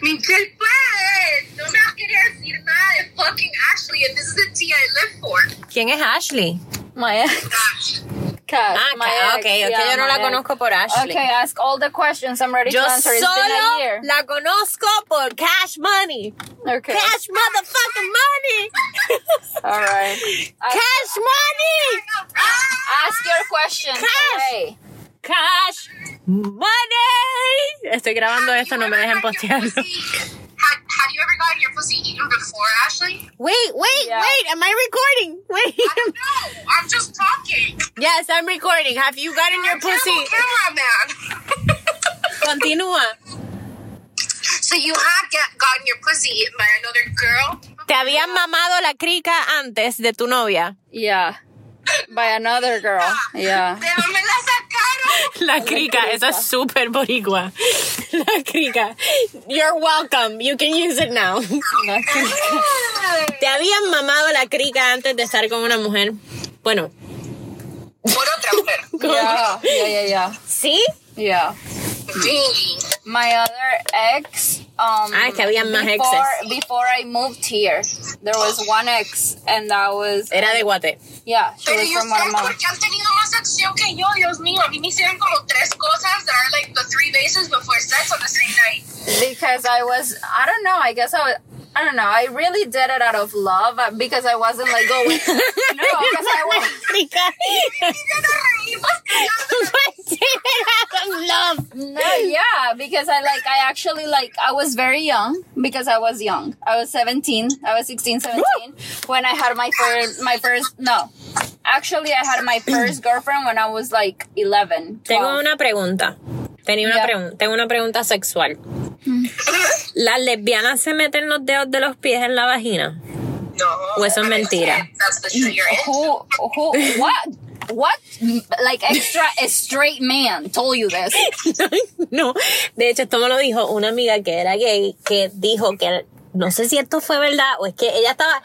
Speaker 2: Michelle Pérez, no me vas a querer decir nada de fucking Ashley, and this is the tea I live for.
Speaker 3: ¿Quién es Ashley?
Speaker 1: My ex. [LAUGHS]
Speaker 2: Gosh.
Speaker 1: Cat.
Speaker 3: Ah,
Speaker 1: my
Speaker 3: ca-
Speaker 1: ex.
Speaker 3: ok, ok,
Speaker 1: Yeah,
Speaker 3: yo no la
Speaker 1: my ex.
Speaker 3: conozco por Ashley.
Speaker 1: Okay, ask all the questions. I'm ready
Speaker 3: Yo
Speaker 1: to answer. It's been a
Speaker 3: solo
Speaker 1: year.
Speaker 3: la conozco por Cash Money.
Speaker 1: Okay.
Speaker 3: Cash motherfucking money.
Speaker 1: All right. Ask,
Speaker 3: Cash money.
Speaker 1: ask your questions.
Speaker 3: Cash.
Speaker 1: Hey.
Speaker 3: Cash money. Estoy grabando esto, no me dejen
Speaker 2: Have you ever gotten your
Speaker 3: postearlo.
Speaker 2: pussy- Have, have you ever gotten your pussy eaten before, Ashley?
Speaker 3: Wait, wait,
Speaker 1: Yeah.
Speaker 3: wait. Am I recording?
Speaker 2: I don't
Speaker 3: Wait.
Speaker 2: know. I'm just talking.
Speaker 3: yes, I'm recording. Have you gotten your
Speaker 2: I'm a terrible
Speaker 3: [LAUGHS] pussy?
Speaker 2: Cameraman.
Speaker 3: Continúa.
Speaker 2: so you had get, gotten your pussy eaten by another girl?
Speaker 3: Te habían mamado la crica antes de tu novia.
Speaker 1: Yeah. By another girl.
Speaker 3: Ah. [LAUGHS]
Speaker 2: [LAUGHS]
Speaker 1: Yeah.
Speaker 2: Pero me la sacaron.
Speaker 3: La crica, esa es súper boricua. La crica. You're welcome. You can use it now. Te habían mamado la crica antes de estar con una mujer. Bueno,
Speaker 2: Por otra mujer.
Speaker 1: Yeah. Yeah. Yeah. Yeah.
Speaker 3: ¿sí?
Speaker 1: Yeah.
Speaker 2: Dang.
Speaker 1: My other ex. Um,
Speaker 3: Ah, que habían más
Speaker 1: before,
Speaker 3: exes.
Speaker 1: Before I moved here, there was one ex, and that was
Speaker 3: Era de guate.
Speaker 1: yeah, she
Speaker 2: Pero
Speaker 1: was
Speaker 2: yo
Speaker 1: from
Speaker 2: ustedes
Speaker 1: Guatemala.
Speaker 2: porque han tenido más acción que yo, Dios mío. A mí me hicieron como tres cosas that are like the three bases before sex on the same night.
Speaker 1: because I was I don't know I guess I was I don't know I really did it out of love uh, because I wasn't like going [LAUGHS] no because I was
Speaker 3: Crica.
Speaker 2: [LAUGHS] Y yo no reí, pues,
Speaker 3: Love.
Speaker 1: no [LAUGHS] yeah because I like I actually like I was very young because I was young I was 17 I was 16 17 when I had my first my first no actually I had my
Speaker 3: [CLEARS THROAT]
Speaker 1: first girlfriend when I was like 11
Speaker 3: Tengo
Speaker 1: 12.
Speaker 3: una pregunta. Tenía una
Speaker 1: Ya.
Speaker 3: pregunta. Tengo una pregunta sexual.
Speaker 2: Mm.
Speaker 3: ¿Las lesbianas se meten los dedos de los pies en la vagina?
Speaker 2: No.
Speaker 3: O eso es mentira.
Speaker 2: That's the shit you're in.
Speaker 1: who
Speaker 3: [LAUGHS]
Speaker 1: who what what like extra a straight man told you
Speaker 3: [LAUGHS]
Speaker 1: this
Speaker 3: No, de hecho esto me lo dijo una amiga que era gay, que dijo que no sé si esto fue verdad o es que ella estaba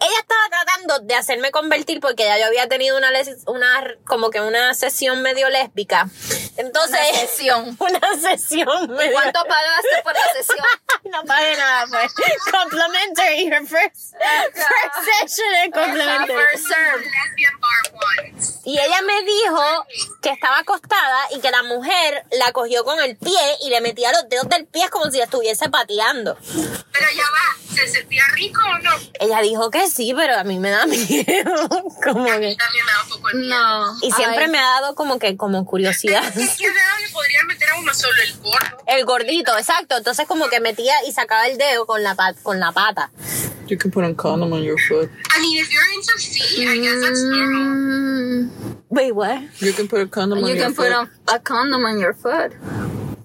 Speaker 3: ella estaba tratando de hacerme convertir porque ya yo había tenido una les- una como que una sesión medio lésbica. Entonces,
Speaker 1: Una sesión.
Speaker 3: [LAUGHS] una sesión medio
Speaker 1: ¿Cuánto pagaste por la sesión?
Speaker 3: [LAUGHS] no pagué nada, pues. Complimentary, your first, first session es complimentary.
Speaker 1: First serve.
Speaker 2: Lesbian bar once.
Speaker 3: Y ella me dijo que estaba acostada y que la mujer la cogió con el pie y le metía los dedos del pie como si la estuviese pateando.
Speaker 2: Pero ya va, ¿se sentía rico o no?
Speaker 3: Ella dijo que sí, pero a mí me da [LAUGHS] miedo. Como
Speaker 2: A
Speaker 3: que-
Speaker 2: mí también me da un poco de miedo.
Speaker 1: No.
Speaker 3: Y siempre
Speaker 1: Ay,
Speaker 3: me ha dado como que como curiosidad. [LAUGHS]
Speaker 2: ¿Qué qué dedo le podrían meter a uno solo el gordo?
Speaker 3: El gordito, exacto. Entonces como que metía y sacaba el dedo con la, pa- con la pata.
Speaker 4: You can put a condom on your foot.
Speaker 2: I mean, if you're into feet, I guess that's normal.
Speaker 3: Wait, what?
Speaker 4: You can put a condom on
Speaker 1: mm, You
Speaker 4: your
Speaker 1: can
Speaker 4: foot.
Speaker 1: put a, a condom on your foot.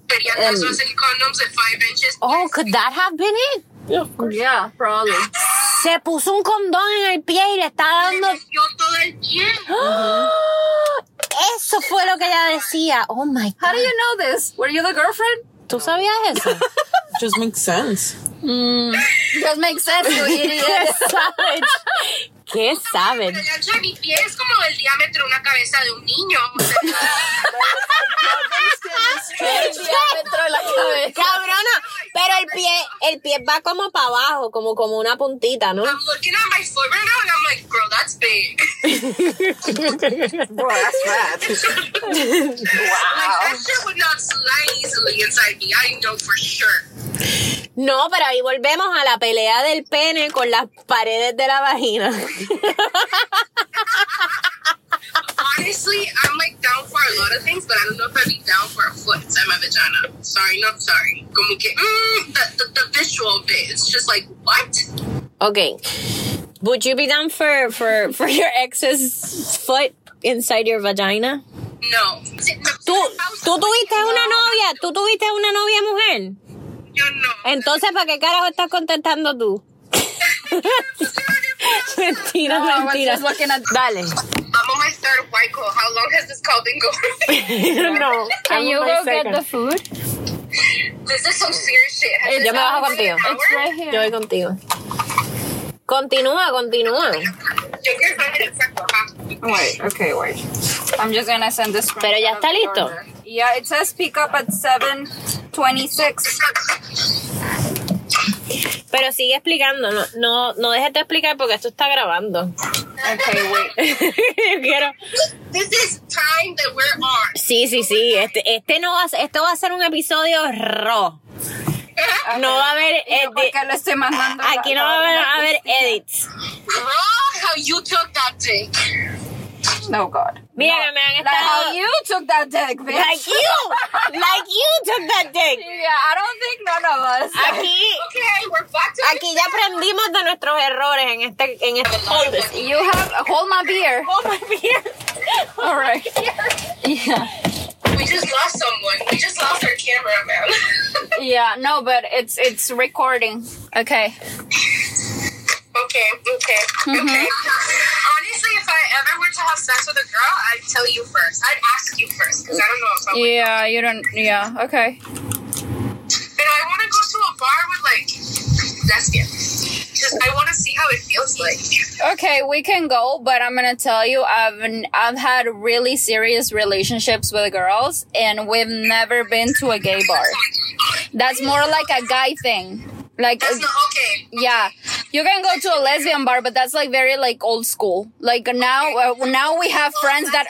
Speaker 2: Serían calzones y condoms de 5 inches.
Speaker 3: Oh, could that have been it?
Speaker 1: Yeah, probably.
Speaker 3: Se puso un condón en el pie y le está
Speaker 2: Me
Speaker 3: dando...
Speaker 2: metió todo el pie.
Speaker 3: [GASPS] Eso fue lo que ella decía. Oh my
Speaker 1: How do
Speaker 3: God.
Speaker 1: you know this? Were you the girlfriend?
Speaker 3: ¿Tú sabías eso?
Speaker 1: [LAUGHS]
Speaker 4: Just makes sense.
Speaker 3: Mm.
Speaker 1: Just makes sense, you [LAUGHS]
Speaker 3: [LAUGHS] ¿Qué
Speaker 1: idiot.
Speaker 3: saben? ¿Qué
Speaker 2: Pero
Speaker 3: saben?
Speaker 2: el ancho de mi pie es como del diámetro de una cabeza de un niño. O sea,
Speaker 3: Cabrona, pero el pie, el pie va como para abajo, como como una puntita, ¿no?
Speaker 1: [LAUGHS]
Speaker 2: I'm looking at my foot right now and I'm like, girl, that's big. [LAUGHS]
Speaker 4: Bro, that's bad.
Speaker 2: Like that shit would not slide easily inside me. I know for sure.
Speaker 3: No, pero ahí volvemos a la pelea del pene con las paredes de la vagina. [LAUGHS]
Speaker 2: Honestly, I'm like down for a lot of things, but I don't know if I'd be down for a foot inside my vagina. Sorry, not sorry. Como que, mm, the, the, the visual bit, it's just like, what?
Speaker 3: Okay. Would you be down for, for, for your ex's foot inside your vagina?
Speaker 2: No.
Speaker 3: Tú, tú tuviste una novia, tú tuviste una novia mujer.
Speaker 2: Yo no.
Speaker 3: Entonces, ¿para qué carajo estás contestando tú? [LAUGHS] mentira,
Speaker 1: No, Oh, I was
Speaker 3: mentira.
Speaker 1: just looking at-
Speaker 3: Dale.
Speaker 2: [LAUGHS] I'm on my third white call. How long has this call been
Speaker 3: [LAUGHS]
Speaker 2: going?
Speaker 3: no.
Speaker 1: Can you go get the food?
Speaker 2: this is some serious shit. Has
Speaker 3: Yo
Speaker 2: this
Speaker 3: me
Speaker 2: been
Speaker 3: bajo
Speaker 2: over an
Speaker 3: contigo.
Speaker 2: hour?
Speaker 1: It's right here.
Speaker 3: Yo voy contigo. Continúa, continúa.
Speaker 2: Yo quiero saber el saco, ajá.
Speaker 1: Wait, okay, wait. I'm just gonna send this. screenshot
Speaker 3: Pero ya
Speaker 1: of the
Speaker 3: está listo.
Speaker 1: order. Yeah, it says pick up at 7:26.
Speaker 3: Pero sigue explicando, no, no, no dejes de explicar porque esto está grabando.
Speaker 1: Okay, wait.
Speaker 3: Yo [LAUGHS] quiero.
Speaker 2: This is time that we're on.
Speaker 3: Sí, sí, sí. Este, este no va, a ser- esto va a ser un episodio raw. No va a haber
Speaker 1: Yo, ¿por
Speaker 3: edit-
Speaker 1: qué lo estoy mandando? la-
Speaker 3: Eh, Aquí no va a haber, a haber edits.
Speaker 2: Raw, how you took that dick.
Speaker 1: No God.
Speaker 3: Mira que me han
Speaker 1: Like how
Speaker 3: estado.
Speaker 1: you took that dick, bitch.
Speaker 3: Like you, like you took that dick.
Speaker 1: yeah, I don't think none of us.
Speaker 3: Aquí,
Speaker 2: Okay, we're back to
Speaker 3: aquí ya aprendimos de nuestros errores en este, en este podcast.
Speaker 1: You have hold my
Speaker 3: [LAUGHS]
Speaker 1: beer.
Speaker 3: Oh my beer.
Speaker 1: All
Speaker 3: [LAUGHS]
Speaker 1: right. Yeah.
Speaker 2: We just lost someone. We just lost our [LAUGHS] cameraman.
Speaker 1: Yeah. No, but it's it's recording. Okay.
Speaker 2: okay, okay,
Speaker 1: Mm-hmm.
Speaker 2: okay. Honestly, if I ever were to have sex with a girl, I'd tell you first. I'd ask you first because I don't know if I would.
Speaker 1: Yeah. You don't. Yeah. Okay.
Speaker 2: But I want to go to a bar with like lesbians. Just I want to see how it feels like.
Speaker 1: Okay, we can go, but I'm gonna tell you, I've n- I've had really serious relationships with girls, and we've never been to a gay bar. That's more like a guy thing. Like,
Speaker 2: That's not okay.
Speaker 1: yeah, you can go to a lesbian bar, but that's like very like old school. Like now, uh, now we have friends that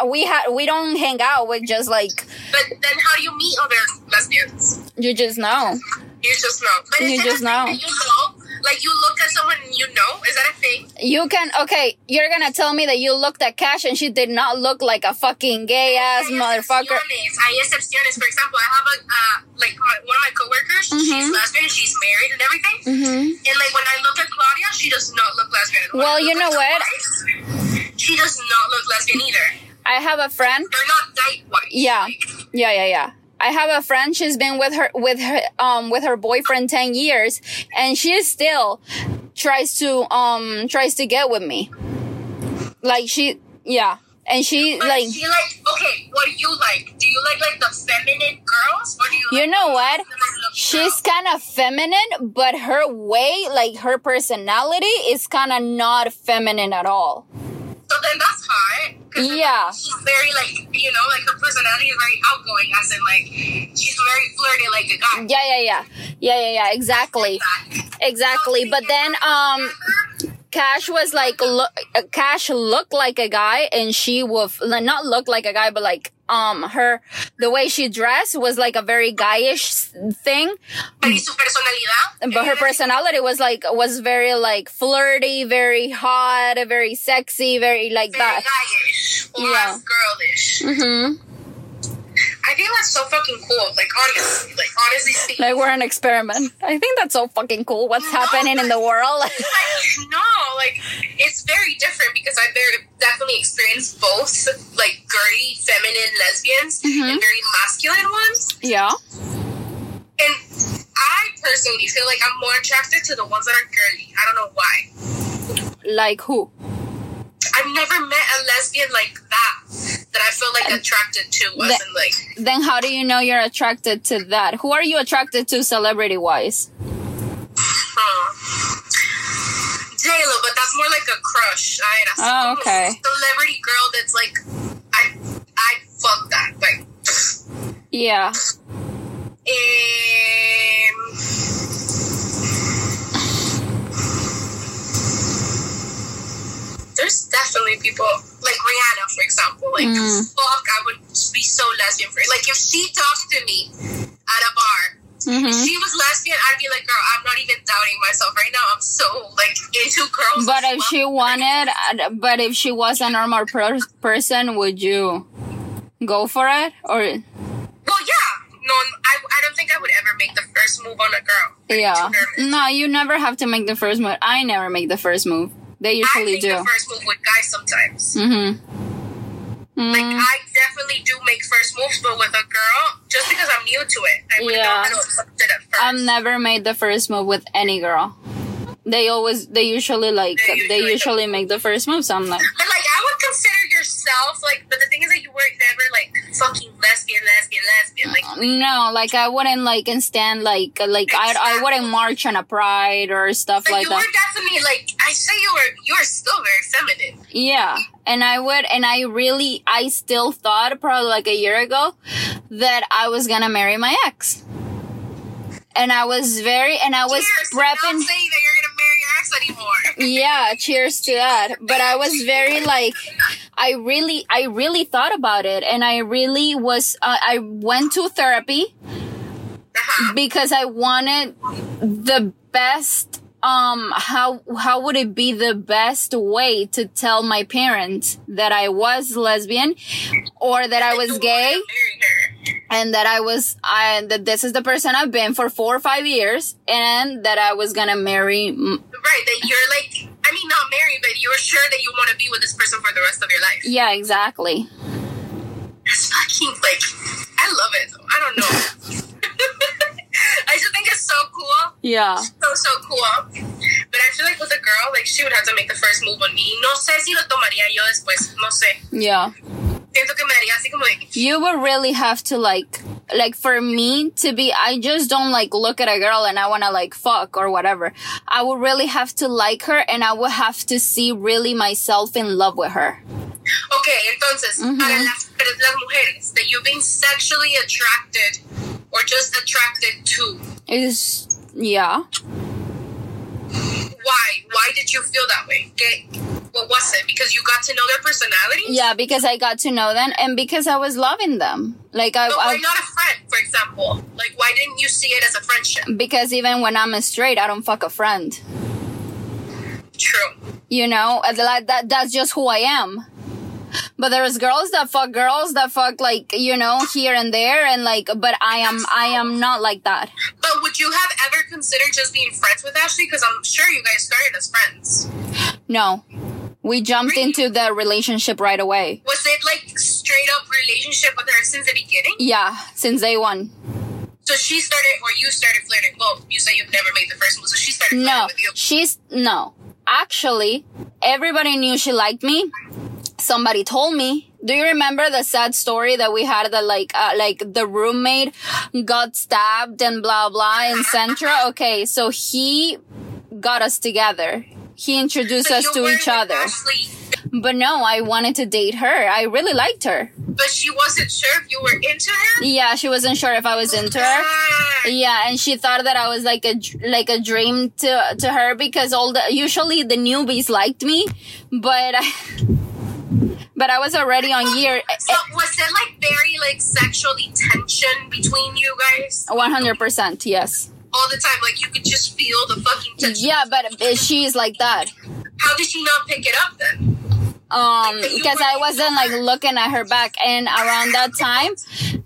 Speaker 1: are, we ha- we don't hang out with. Just like
Speaker 2: But then how do you meet other lesbians?
Speaker 1: you just know.
Speaker 2: You just know. But is
Speaker 1: You
Speaker 2: that
Speaker 1: just
Speaker 2: a thing
Speaker 1: know.
Speaker 2: that You know. Like you look at someone and you know. Is that a thing?
Speaker 1: You can okay. You're gonna tell me that you looked at Cash and she did not look like a fucking gay ass
Speaker 2: Hay
Speaker 1: motherfucker.
Speaker 2: excepciones. Hay excepciones. For example, I have a uh, like my, one of my coworkers. She's
Speaker 1: Mm-hmm.
Speaker 2: lesbian. She's married and everything. And like when I look at Claudia, she does not look lesbian. When
Speaker 1: Well,
Speaker 2: I
Speaker 1: you
Speaker 2: look
Speaker 1: know
Speaker 2: at
Speaker 1: what?
Speaker 2: Twice, she does not look lesbian either.
Speaker 1: I have a friend
Speaker 2: They're not dyke white.
Speaker 1: Yeah, yeah, yeah, yeah. I have a friend. She's been with her with her um with her boyfriend ten years, and she still tries to um tries to get with me. Like she, yeah, and she
Speaker 2: But
Speaker 1: like
Speaker 2: she like okay. What do you like? Do you like like the feminine girls or do you?
Speaker 1: you
Speaker 2: like
Speaker 1: know what?
Speaker 2: the feminine look
Speaker 1: She's
Speaker 2: girls?
Speaker 1: kind of feminine, but her way, like her personality, is kind of not feminine at all.
Speaker 2: So then that's hard. 'cause then
Speaker 1: Yeah.
Speaker 2: She's very like you know like her personality is very outgoing. As in like she's very flirty like a guy.
Speaker 1: Yeah, yeah, yeah, yeah, yeah, yeah. Exactly,
Speaker 2: That.
Speaker 1: exactly. But then um. Cash was like look, uh, Cash looked like a guy, and she was not look like a guy, but like um her the way she dressed was like a very guyish s- thing,
Speaker 2: Pero y su
Speaker 1: but
Speaker 2: personalidad.
Speaker 1: her
Speaker 2: Ella-
Speaker 1: personality was like was very like flirty, very hot, very sexy, very like that.
Speaker 2: very guyish, or
Speaker 1: Yeah.
Speaker 2: girlish.
Speaker 1: hmm
Speaker 2: I think that's so fucking cool. Like honestly, like honestly speaking,
Speaker 1: Like we're an experiment. I think that's so fucking cool. What's happening in the world? [LAUGHS]
Speaker 2: [LAUGHS] like, no, like it's very different because I've very, definitely experienced both, like girly feminine lesbians
Speaker 1: Mm-hmm.
Speaker 2: and very masculine ones.
Speaker 1: yeah.
Speaker 2: And I personally feel like I'm more attracted to the ones that are girly. I don't know why.
Speaker 1: Like who?
Speaker 2: I've never met a lesbian like that that I feel like attracted to. Wasn't
Speaker 1: the-
Speaker 2: like
Speaker 1: Then how do you know you're attracted to that? Who are you attracted to celebrity wise?
Speaker 2: J Lo, Hmm. but that's more like a crush. I that's
Speaker 1: Oh, okay.
Speaker 2: Celebrity girl that's like, I, I fuck that. Like,
Speaker 1: Yeah.
Speaker 2: um, there's there's definitely people like Rihanna, for example. Like,
Speaker 1: Hmm.
Speaker 2: fuck, I would be so lesbian for Like, if she talked to me at a bar, if
Speaker 1: Mm-hmm.
Speaker 2: she was lesbian, I'd be like, girl, I'm not even doubting myself right now. I'm so like into girls.
Speaker 1: But
Speaker 2: as
Speaker 1: if
Speaker 2: well.
Speaker 1: she wanted, uh, but if she was a normal per- person, would you go for it? Or
Speaker 2: well, yeah, no, I, I don't think I would ever make the first move on a girl.
Speaker 1: yeah,
Speaker 2: Experiment.
Speaker 1: no, you never have to make the first move. I never make the first move. They
Speaker 2: I
Speaker 1: usually
Speaker 2: make
Speaker 1: do.
Speaker 2: the first move with guys sometimes.
Speaker 1: Mm-hmm.
Speaker 2: Like
Speaker 1: Mm,
Speaker 2: I definitely do make first moves, but with a girl, just because I'm new to it, I wouldn't know
Speaker 1: Yeah.
Speaker 2: how to accept it at first.
Speaker 1: I've never made the first move with any girl. They always, they usually like,
Speaker 2: They usually-
Speaker 1: they usually make the first move. So I'm like,
Speaker 2: But like, I would consider yourself like. But the thing is that you were never like fucking lesbian, lesbian, lesbian. Like,
Speaker 1: no, like I wouldn't like and stand like, like I, I wouldn't march on a pride or stuff
Speaker 2: but
Speaker 1: like
Speaker 2: you
Speaker 1: that.
Speaker 2: were definitely like. I say you were. You were still very feminine.
Speaker 1: Yeah. And I would, and I really, I still thought probably like a year ago that I was gonna marry my ex. And I was very, and I was
Speaker 2: Cheers,
Speaker 1: prepping.
Speaker 2: Not saying that you're gonna marry your ex anymore.
Speaker 1: Yeah, cheers to that. But I was very like, I really, I really thought about it. And I really was, uh, I went to therapy
Speaker 2: Uh-huh.
Speaker 1: because I wanted the best um how how would it be the best way to tell my parents that I was lesbian or that I was
Speaker 2: You
Speaker 1: gay
Speaker 2: wanna marry her.
Speaker 1: and that I was I that this is the person I've been for 4 or 5 years and that I was going to marry m-
Speaker 2: Right. That you're like. I mean, not married, but you're sure that you want to be with this person for the rest of your life.
Speaker 1: yeah exactly
Speaker 2: It's fucking like I love it. though. I don't know. [LAUGHS] I just think it's so cool.
Speaker 1: yeah
Speaker 2: So so cool. But I feel like with a girl, like she would have to make the first move on me. No sé si lo tomaría yo después. No sé.
Speaker 1: yeah
Speaker 2: Siento que me daría así como de,
Speaker 1: you would really have to like like for me to be i just don't like look at a girl and i want to like fuck or whatever i would really have to like her and i would have to see really myself in love with her
Speaker 2: Okay, entonces, para las, para las mujeres that you've been sexually attracted or just attracted to,
Speaker 1: is yeah
Speaker 2: why? Why did you feel that way? Okay. What was it? Because you got to know their personality?
Speaker 1: yeah because i got to know them and because i was loving them like i,
Speaker 2: But why
Speaker 1: I
Speaker 2: not a friend, for example? Like, why didn't you see it as a friendship?
Speaker 1: because even when i'm straight i don't fuck a friend
Speaker 2: True.
Speaker 1: you know and like that that's just who i am but there's girls that fuck girls that fuck like you know here and there and like but i am i am not like that
Speaker 2: But would you have ever considered just being friends with Ashley? Because I'm sure you guys started as friends.
Speaker 1: no we jumped into the relationship right away
Speaker 2: Was it like straight up relationship with her since the beginning?
Speaker 1: yeah since day one
Speaker 2: So she started, or you started flirting. Well, you say you've never made the first move, so she started flirting
Speaker 1: no
Speaker 2: with you.
Speaker 1: she's no actually everybody knew she liked me somebody told me do you remember the sad story that we had that like uh, like the roommate got stabbed and blah blah in Centra? Okay, so he got us together. He introduced
Speaker 2: But
Speaker 1: us
Speaker 2: you
Speaker 1: to
Speaker 2: weren't
Speaker 1: each
Speaker 2: with
Speaker 1: other.
Speaker 2: Ashley,
Speaker 1: But no, I wanted to date her. I really liked her.
Speaker 2: but she wasn't sure if you were into her.
Speaker 1: Yeah, she wasn't sure if I was into her.
Speaker 2: Ah,
Speaker 1: Yeah, and she thought that I was like a dr- like a dream to to her because all the usually the newbies liked me, but I, [LAUGHS] but I was already on year eh,
Speaker 2: So was it like very like sexually tension between you guys
Speaker 1: one hundred percent. Yes,
Speaker 2: all the time? Like you could just feel the fucking tension.
Speaker 1: yeah, but uh, she is like that.
Speaker 2: How did she not pick it up then?
Speaker 1: Um, because I wasn't like looking at her back, and around that time,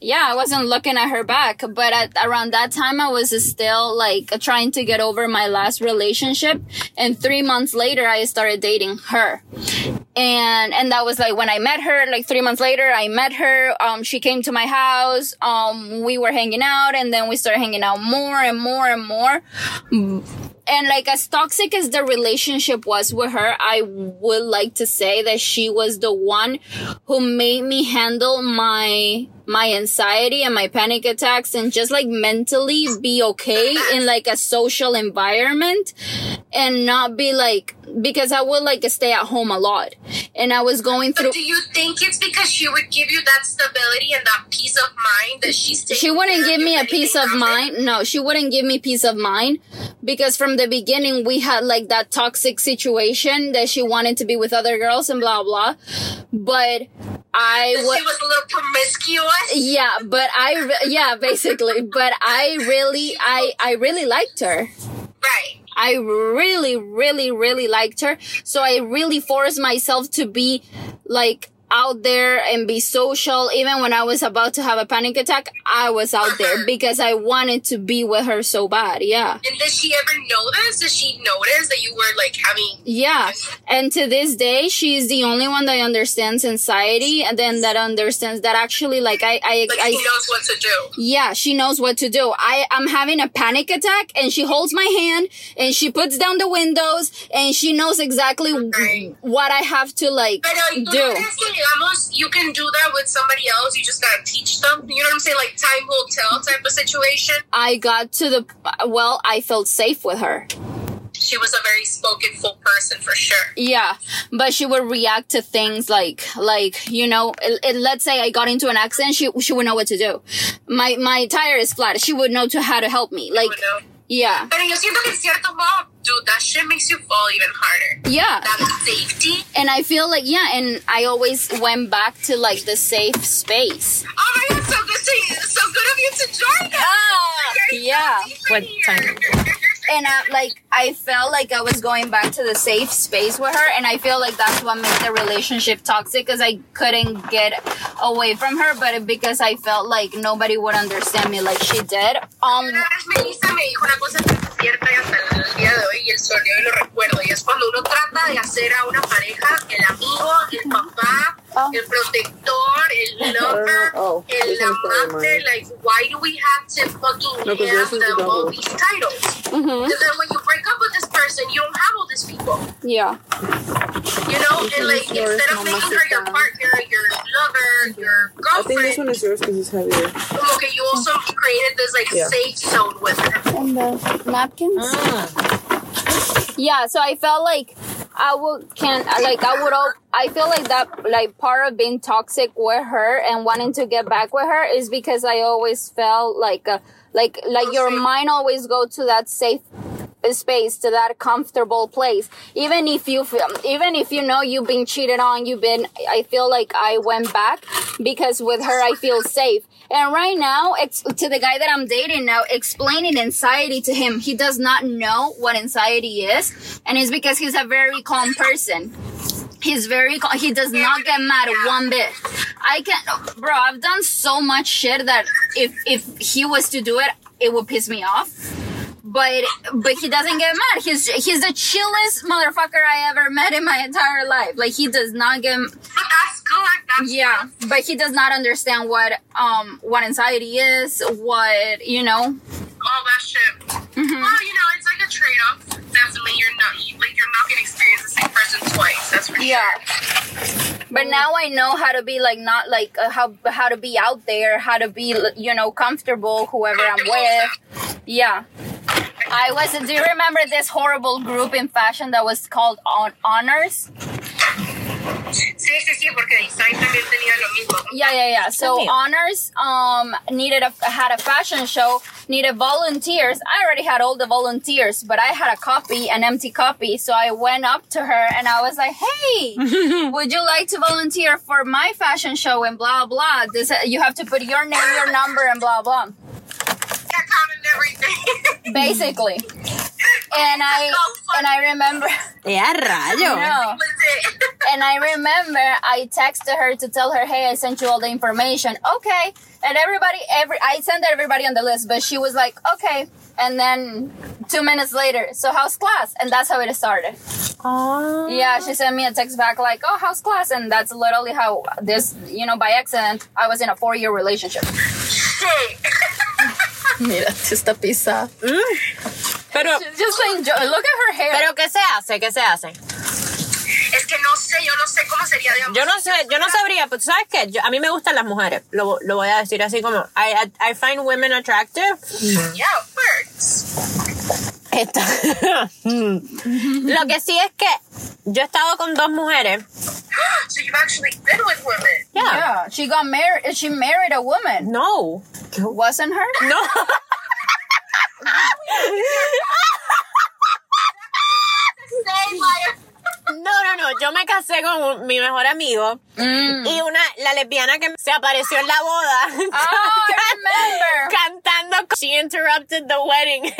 Speaker 1: yeah, I wasn't looking at her back. But at, around that time, I was still like trying to get over my last relationship, and three months later, I started dating her. and and that was like when I met her. Like three months later, I met her. Um, she came to my house. Um, we were hanging out, and then we started hanging out more and more and more. And like as toxic as the relationship was with her, I would like to say that she was the one who made me handle my my anxiety and my panic attacks and just like mentally be okay in like a social environment and not be like because I would like stay at home a lot and I was going through
Speaker 2: But do you think it's because she would give you that stability and that peace of mind that she's taking
Speaker 1: she
Speaker 2: care
Speaker 1: wouldn't
Speaker 2: of
Speaker 1: give
Speaker 2: you
Speaker 1: me a
Speaker 2: if anything
Speaker 1: peace of
Speaker 2: happened?
Speaker 1: mind no she wouldn't give me peace of mind because from the beginning we had like that toxic situation that she wanted to be with other girls and blah blah. But I
Speaker 2: She
Speaker 1: was
Speaker 2: was a little promiscuous.
Speaker 1: yeah, but I re- yeah, basically, but I really I I really liked her.
Speaker 2: Right.
Speaker 1: I really, really, really liked her. So I really forced myself to be like out there and be social. Even when I was about to have a panic attack, I was out there because I wanted to be with her so bad. Yeah.
Speaker 2: And did she ever notice? Did she notice that you were like having?
Speaker 1: Yeah. And to this day, she's the only one that understands anxiety and then that understands that actually like I, I,
Speaker 2: Like
Speaker 1: I
Speaker 2: she knows what to do.
Speaker 1: Yeah, she knows what to do. I am having a panic attack and she holds my hand and she puts down the windows and she knows exactly w-
Speaker 2: Right.
Speaker 1: what I have to like
Speaker 2: But uh, tú no
Speaker 1: do.
Speaker 2: crees que, digamos, you can do that with somebody else. You just gotta teach them. You know what I'm saying? Like time will tell type of situation.
Speaker 1: I got to the well, I felt safe with her.
Speaker 2: She was a very spoken for person for sure.
Speaker 1: Yeah, but she would react to things like like you know, it, it- let's say I got into an accident, she she would know what to do. My my tire is flat. She would know to how to help me. Like
Speaker 2: You know?
Speaker 1: yeah,
Speaker 2: Pero yo siento que en cierto modo, dude, that shit makes you fall even harder.
Speaker 1: yeah.
Speaker 2: That safety.
Speaker 1: And I feel like yeah, and I always went back to like the safe space.
Speaker 2: Oh my god, so good, to, so good of you to join us. You're so
Speaker 1: Ah, yeah.
Speaker 2: deep
Speaker 3: What
Speaker 2: in here.
Speaker 3: time?
Speaker 1: and I, like I felt like I was going back to the safe space with her, and I feel like that's what made the relationship toxic because I couldn't get away from her, but because I felt like nobody would understand me like she did. Um,
Speaker 2: Una vez Melissa me dijo una cosa tan cierta y hasta el día de hoy y el sonido y lo recuerdo y es cuando uno trata de hacer a una pareja el amigo, el papá,
Speaker 4: Ah.
Speaker 2: el protector, el lover,
Speaker 4: oh,
Speaker 2: el
Speaker 4: this one's better than
Speaker 2: amante,
Speaker 4: mine.
Speaker 2: like why do we have to fucking
Speaker 4: No,
Speaker 2: have
Speaker 4: pues, 'cause yours is
Speaker 2: them
Speaker 4: double.
Speaker 2: all these titles? And then when you break up with this person, you don't have all these people.
Speaker 1: yeah,
Speaker 2: You know, and like
Speaker 4: yours,
Speaker 2: instead of
Speaker 4: no,
Speaker 2: making
Speaker 4: más
Speaker 2: her your
Speaker 4: está.
Speaker 2: partner, your lover, your
Speaker 4: I think this one
Speaker 2: girlfriend,
Speaker 4: is yours because it's heavier.
Speaker 2: como que you also created this like
Speaker 4: Yeah.
Speaker 2: safe zone with her.
Speaker 1: and the napkins. Yeah, so I felt like I would can I- like I would all I feel like that like part of being toxic with her and wanting to get back with her is because I always felt like uh, like like your
Speaker 2: Safe.
Speaker 1: mind always go to that safe space to that comfortable place even if you feel even if you know you've been cheated on you've been i feel like i went back because with her i feel safe and right now ex- to the guy that i'm dating now explaining anxiety to him he does not know what anxiety is and it's because he's a very calm person He's very cal- he does not get mad one bit. I can bro, I've done so much shit that if if he was to do it, it would piss me off. But but he doesn't get mad. He's he's the chillest motherfucker I ever met in my entire life. Like he does not get
Speaker 2: But that's good. That's
Speaker 1: yeah, but he does not understand what um what anxiety is, what you know.
Speaker 2: all that shit.
Speaker 1: Mm-hmm.
Speaker 2: Well, you know, it's like a trade off. Definitely, you're not you, like you're not gonna experience the same person twice. That's for
Speaker 1: Yeah.
Speaker 2: sure.
Speaker 1: But now I know how to be like not like uh, how how to be out there, how to be you know comfortable whoever I'm with. Yeah. I was do you remember this horrible group in fashion that was called on honors?
Speaker 2: Sí, sí, sí, porque Design también tenía lo mismo.
Speaker 1: Yeah, yeah, yeah. So
Speaker 3: Good deal.
Speaker 1: honors um needed a had a fashion show, needed volunteers. I already had all the volunteers, but I had a copy, an empty copy. So I went up to her and I was like, "Hey, would you like to volunteer for my fashion show and blah blah? This you have to put your name, your number, and blah blah."
Speaker 2: I counted everything.
Speaker 1: Basically,
Speaker 2: [LAUGHS]
Speaker 1: and I and I remember. [LAUGHS]
Speaker 3: ¡Eh, a rayo!
Speaker 1: No.
Speaker 2: Was it? [LAUGHS]
Speaker 1: And I remember I texted her to tell her, "Hey, I sent you all the information." Okay. And everybody, every I sent everybody on the list, but she was like, "Okay." And then two minutes later, so how's class? And that's how it started.
Speaker 3: Ah.
Speaker 1: Yeah, she sent me a text back like, "Oh, how's class?" And that's literally how this, you know, by accident, I was in a four-year relationship.
Speaker 2: Shit.
Speaker 4: Mira, esta pizza.
Speaker 3: Pero,
Speaker 1: Just enjoy. Look at her hair.
Speaker 3: pero ¿qué se hace? ¿Qué se hace?
Speaker 2: [LAUGHS] Es que no sé, yo no sé cómo sería, digamos.
Speaker 3: Yo no sé, yo no sabría, pero tú sabes que a mí me gustan las mujeres. Lo, lo voy a decir así como, I, I, I find women attractive.
Speaker 2: Yeah, words.
Speaker 3: Esta- [LAUGHS] Lo que sí es que yo he estado con dos mujeres.
Speaker 2: [GASPS] So you've actually been with women.
Speaker 3: Yeah.
Speaker 1: yeah, she got married. She married a woman.
Speaker 3: No.
Speaker 1: Wasn't her?
Speaker 3: No. yo me casé con un- mi mejor amigo
Speaker 1: Mm.
Speaker 3: [LAUGHS] y
Speaker 2: Mm.
Speaker 3: una, la lesbiana que se apareció en la
Speaker 2: [LAUGHS]
Speaker 3: boda. [LAUGHS]
Speaker 1: Oh, I remember.
Speaker 3: Cantando She interrupted the wedding. [LAUGHS]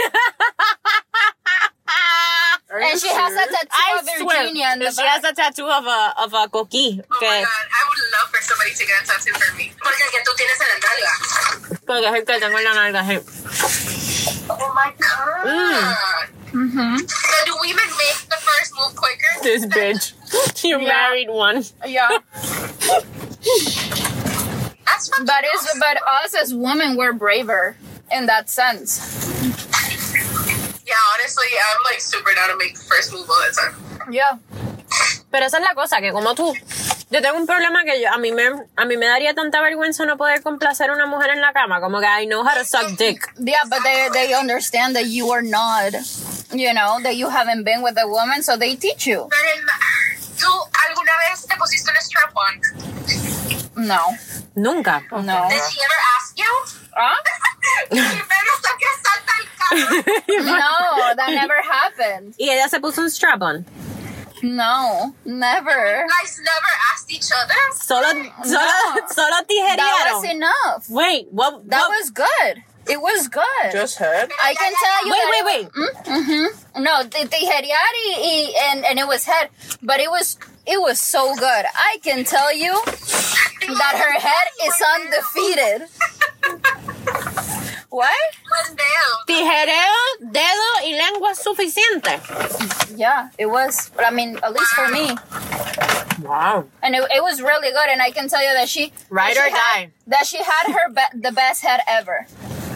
Speaker 4: Are you
Speaker 1: And she has a
Speaker 4: serious?
Speaker 1: tattoo
Speaker 2: oh,
Speaker 3: I
Speaker 1: of
Speaker 3: swear.
Speaker 1: Virginia in the
Speaker 3: She
Speaker 1: back.
Speaker 3: has a tattoo of a, of a coquí.
Speaker 2: Oh my
Speaker 3: que-
Speaker 2: god, I would love for somebody to get a tattoo for me. Porque el que tú tienes en la nalga.
Speaker 3: Porque es el que tengo en la nalga. sí.
Speaker 2: Oh my god.
Speaker 3: Mm.
Speaker 1: Mm-hmm.
Speaker 2: So do women make the first move quicker?
Speaker 3: This bitch. [LAUGHS] You married one.
Speaker 1: Yeah,
Speaker 2: That's fucking
Speaker 1: but it's
Speaker 2: awesome.
Speaker 1: but us as women we're braver in that sense.
Speaker 2: Yeah, honestly, I'm like super down to make the first move all the time.
Speaker 1: Yeah.
Speaker 3: Pero esa es la cosa, que como tú, yo tengo un problema que yo, a, mí me, a mí me daría tanta vergüenza no poder complacer a una mujer en la cama, como que I know how to suck dick.
Speaker 1: Yeah, but they they understand that you are not, you know, that you haven't been with a woman, so they teach you.
Speaker 2: Pero el- ¿Tú alguna vez te pusiste un strap-on?
Speaker 1: No,
Speaker 3: Nunca.
Speaker 1: no.
Speaker 2: Did she ever ask you? ¿Ah? [LAUGHS]
Speaker 1: Huh?
Speaker 2: Primero está que salta el [LAUGHS] carro.
Speaker 1: No, that never happened.
Speaker 3: [LAUGHS] Y ella se puso un strap-on.
Speaker 1: No, never.
Speaker 2: You guys never asked each other?
Speaker 3: Solo, solo, solo
Speaker 1: That
Speaker 3: tijerearon.
Speaker 1: was enough.
Speaker 3: Wait, what?
Speaker 1: That
Speaker 3: what-
Speaker 1: was good. It was good.
Speaker 4: Just heard.
Speaker 1: I can tell you.
Speaker 3: Wait,
Speaker 1: that
Speaker 3: wait,
Speaker 1: it-
Speaker 3: wait.
Speaker 1: No, they, they had Yadi e- and and it was head, but it was it was so good. I can tell you that her head is undefeated.
Speaker 3: [LAUGHS]
Speaker 1: what?
Speaker 2: One day.
Speaker 3: Tijereo,
Speaker 1: Mm-hmm.
Speaker 3: dedo y lengua es suficiente.
Speaker 1: Yeah, it was. But I mean, at least for me,
Speaker 3: Wow.
Speaker 1: and it, it was really good. And I can tell you that she
Speaker 3: Ride
Speaker 1: that
Speaker 3: or
Speaker 1: she had-
Speaker 3: die.
Speaker 1: that she had her be- the best head ever.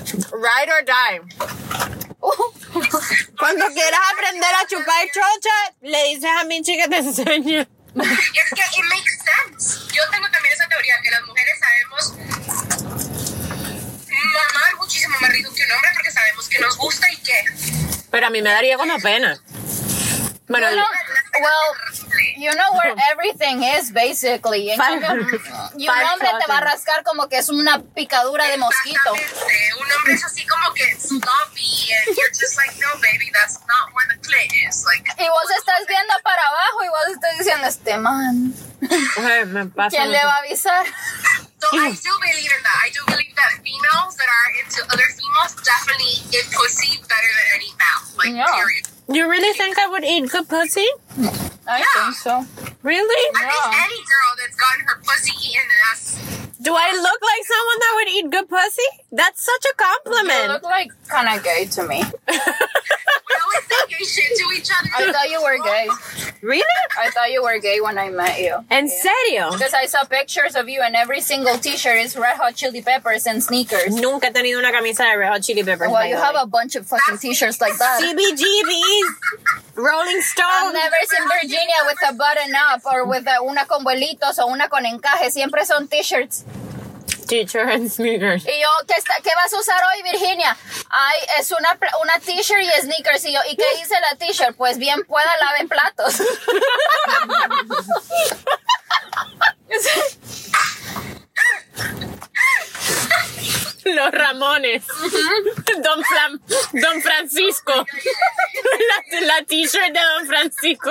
Speaker 1: [LAUGHS]
Speaker 3: Ride or die. Cuando quieras aprender a chupar chocha, le dices a Minchi que te enseñe.
Speaker 2: Es que it makes sense. Yo tengo también esa teoría que las mujeres sabemos mamar muchísimo más rico que un hombre porque sabemos que nos gusta y que.
Speaker 3: Pero a mí me daría como pena. Bueno,
Speaker 1: Well, well, you know
Speaker 3: [LAUGHS]
Speaker 1: where everything is basically. En
Speaker 3: Five-
Speaker 1: cambio, y un
Speaker 3: five
Speaker 1: hombre te va a
Speaker 3: cotton.
Speaker 1: rascar como que es una picadura de mosquito.
Speaker 2: Exactamente. Un hombre es así como que sloppy and you're just like, no, baby, that's not where the clit is. Like,
Speaker 1: Y vos estás viendo para abajo y vos estás diciendo, este man,
Speaker 3: Ay, eh, me pasa
Speaker 1: ¿quién le
Speaker 3: mucho.
Speaker 1: va a avisar?
Speaker 2: So
Speaker 1: Mm.
Speaker 2: I do believe in that. I do believe that females that are into other females definitely get pussy better than any male. Like
Speaker 1: Yeah.
Speaker 2: period.
Speaker 3: You really think I would eat good pussy?
Speaker 1: I think so.
Speaker 3: Really?
Speaker 2: I think
Speaker 1: Yeah.
Speaker 2: any girl that's gotten her pussy eaten and that's
Speaker 3: Do I look like someone that would eat good pussy? That's such a
Speaker 1: You
Speaker 3: compliment.
Speaker 1: look like kind of gay to me.
Speaker 2: we always say gay shit to each other.
Speaker 1: I thought you were gay.
Speaker 3: Really?
Speaker 1: I thought you were gay when I met you.
Speaker 3: En serio?
Speaker 1: Because I saw pictures of you and every single t-shirt is Red Hot Chili Peppers and sneakers.
Speaker 3: Nunca he tenido una camisa de Red Hot Chili Peppers.
Speaker 1: Well,
Speaker 3: by
Speaker 1: you
Speaker 3: the
Speaker 1: have
Speaker 3: way.
Speaker 1: a bunch of fucking t-shirts like that.
Speaker 3: CBGBs, Rolling
Speaker 1: I've
Speaker 3: Stone.
Speaker 1: never seen Virginia with a button up or with a, una con vuelitos o una con encaje. Siempre son t-shirts.
Speaker 3: Teacher and sneakers.
Speaker 1: Y yo, ¿qué, está- qué vas a usar hoy, Virginia? Ay, es una, pla- una t-shirt y sneakers. Y yo, ¿y qué dice la t-shirt? Pues bien, pueda laven platos.
Speaker 3: Los Ramones. Don, Fran- Don Francisco. La, la t-shirt de Don Francisco.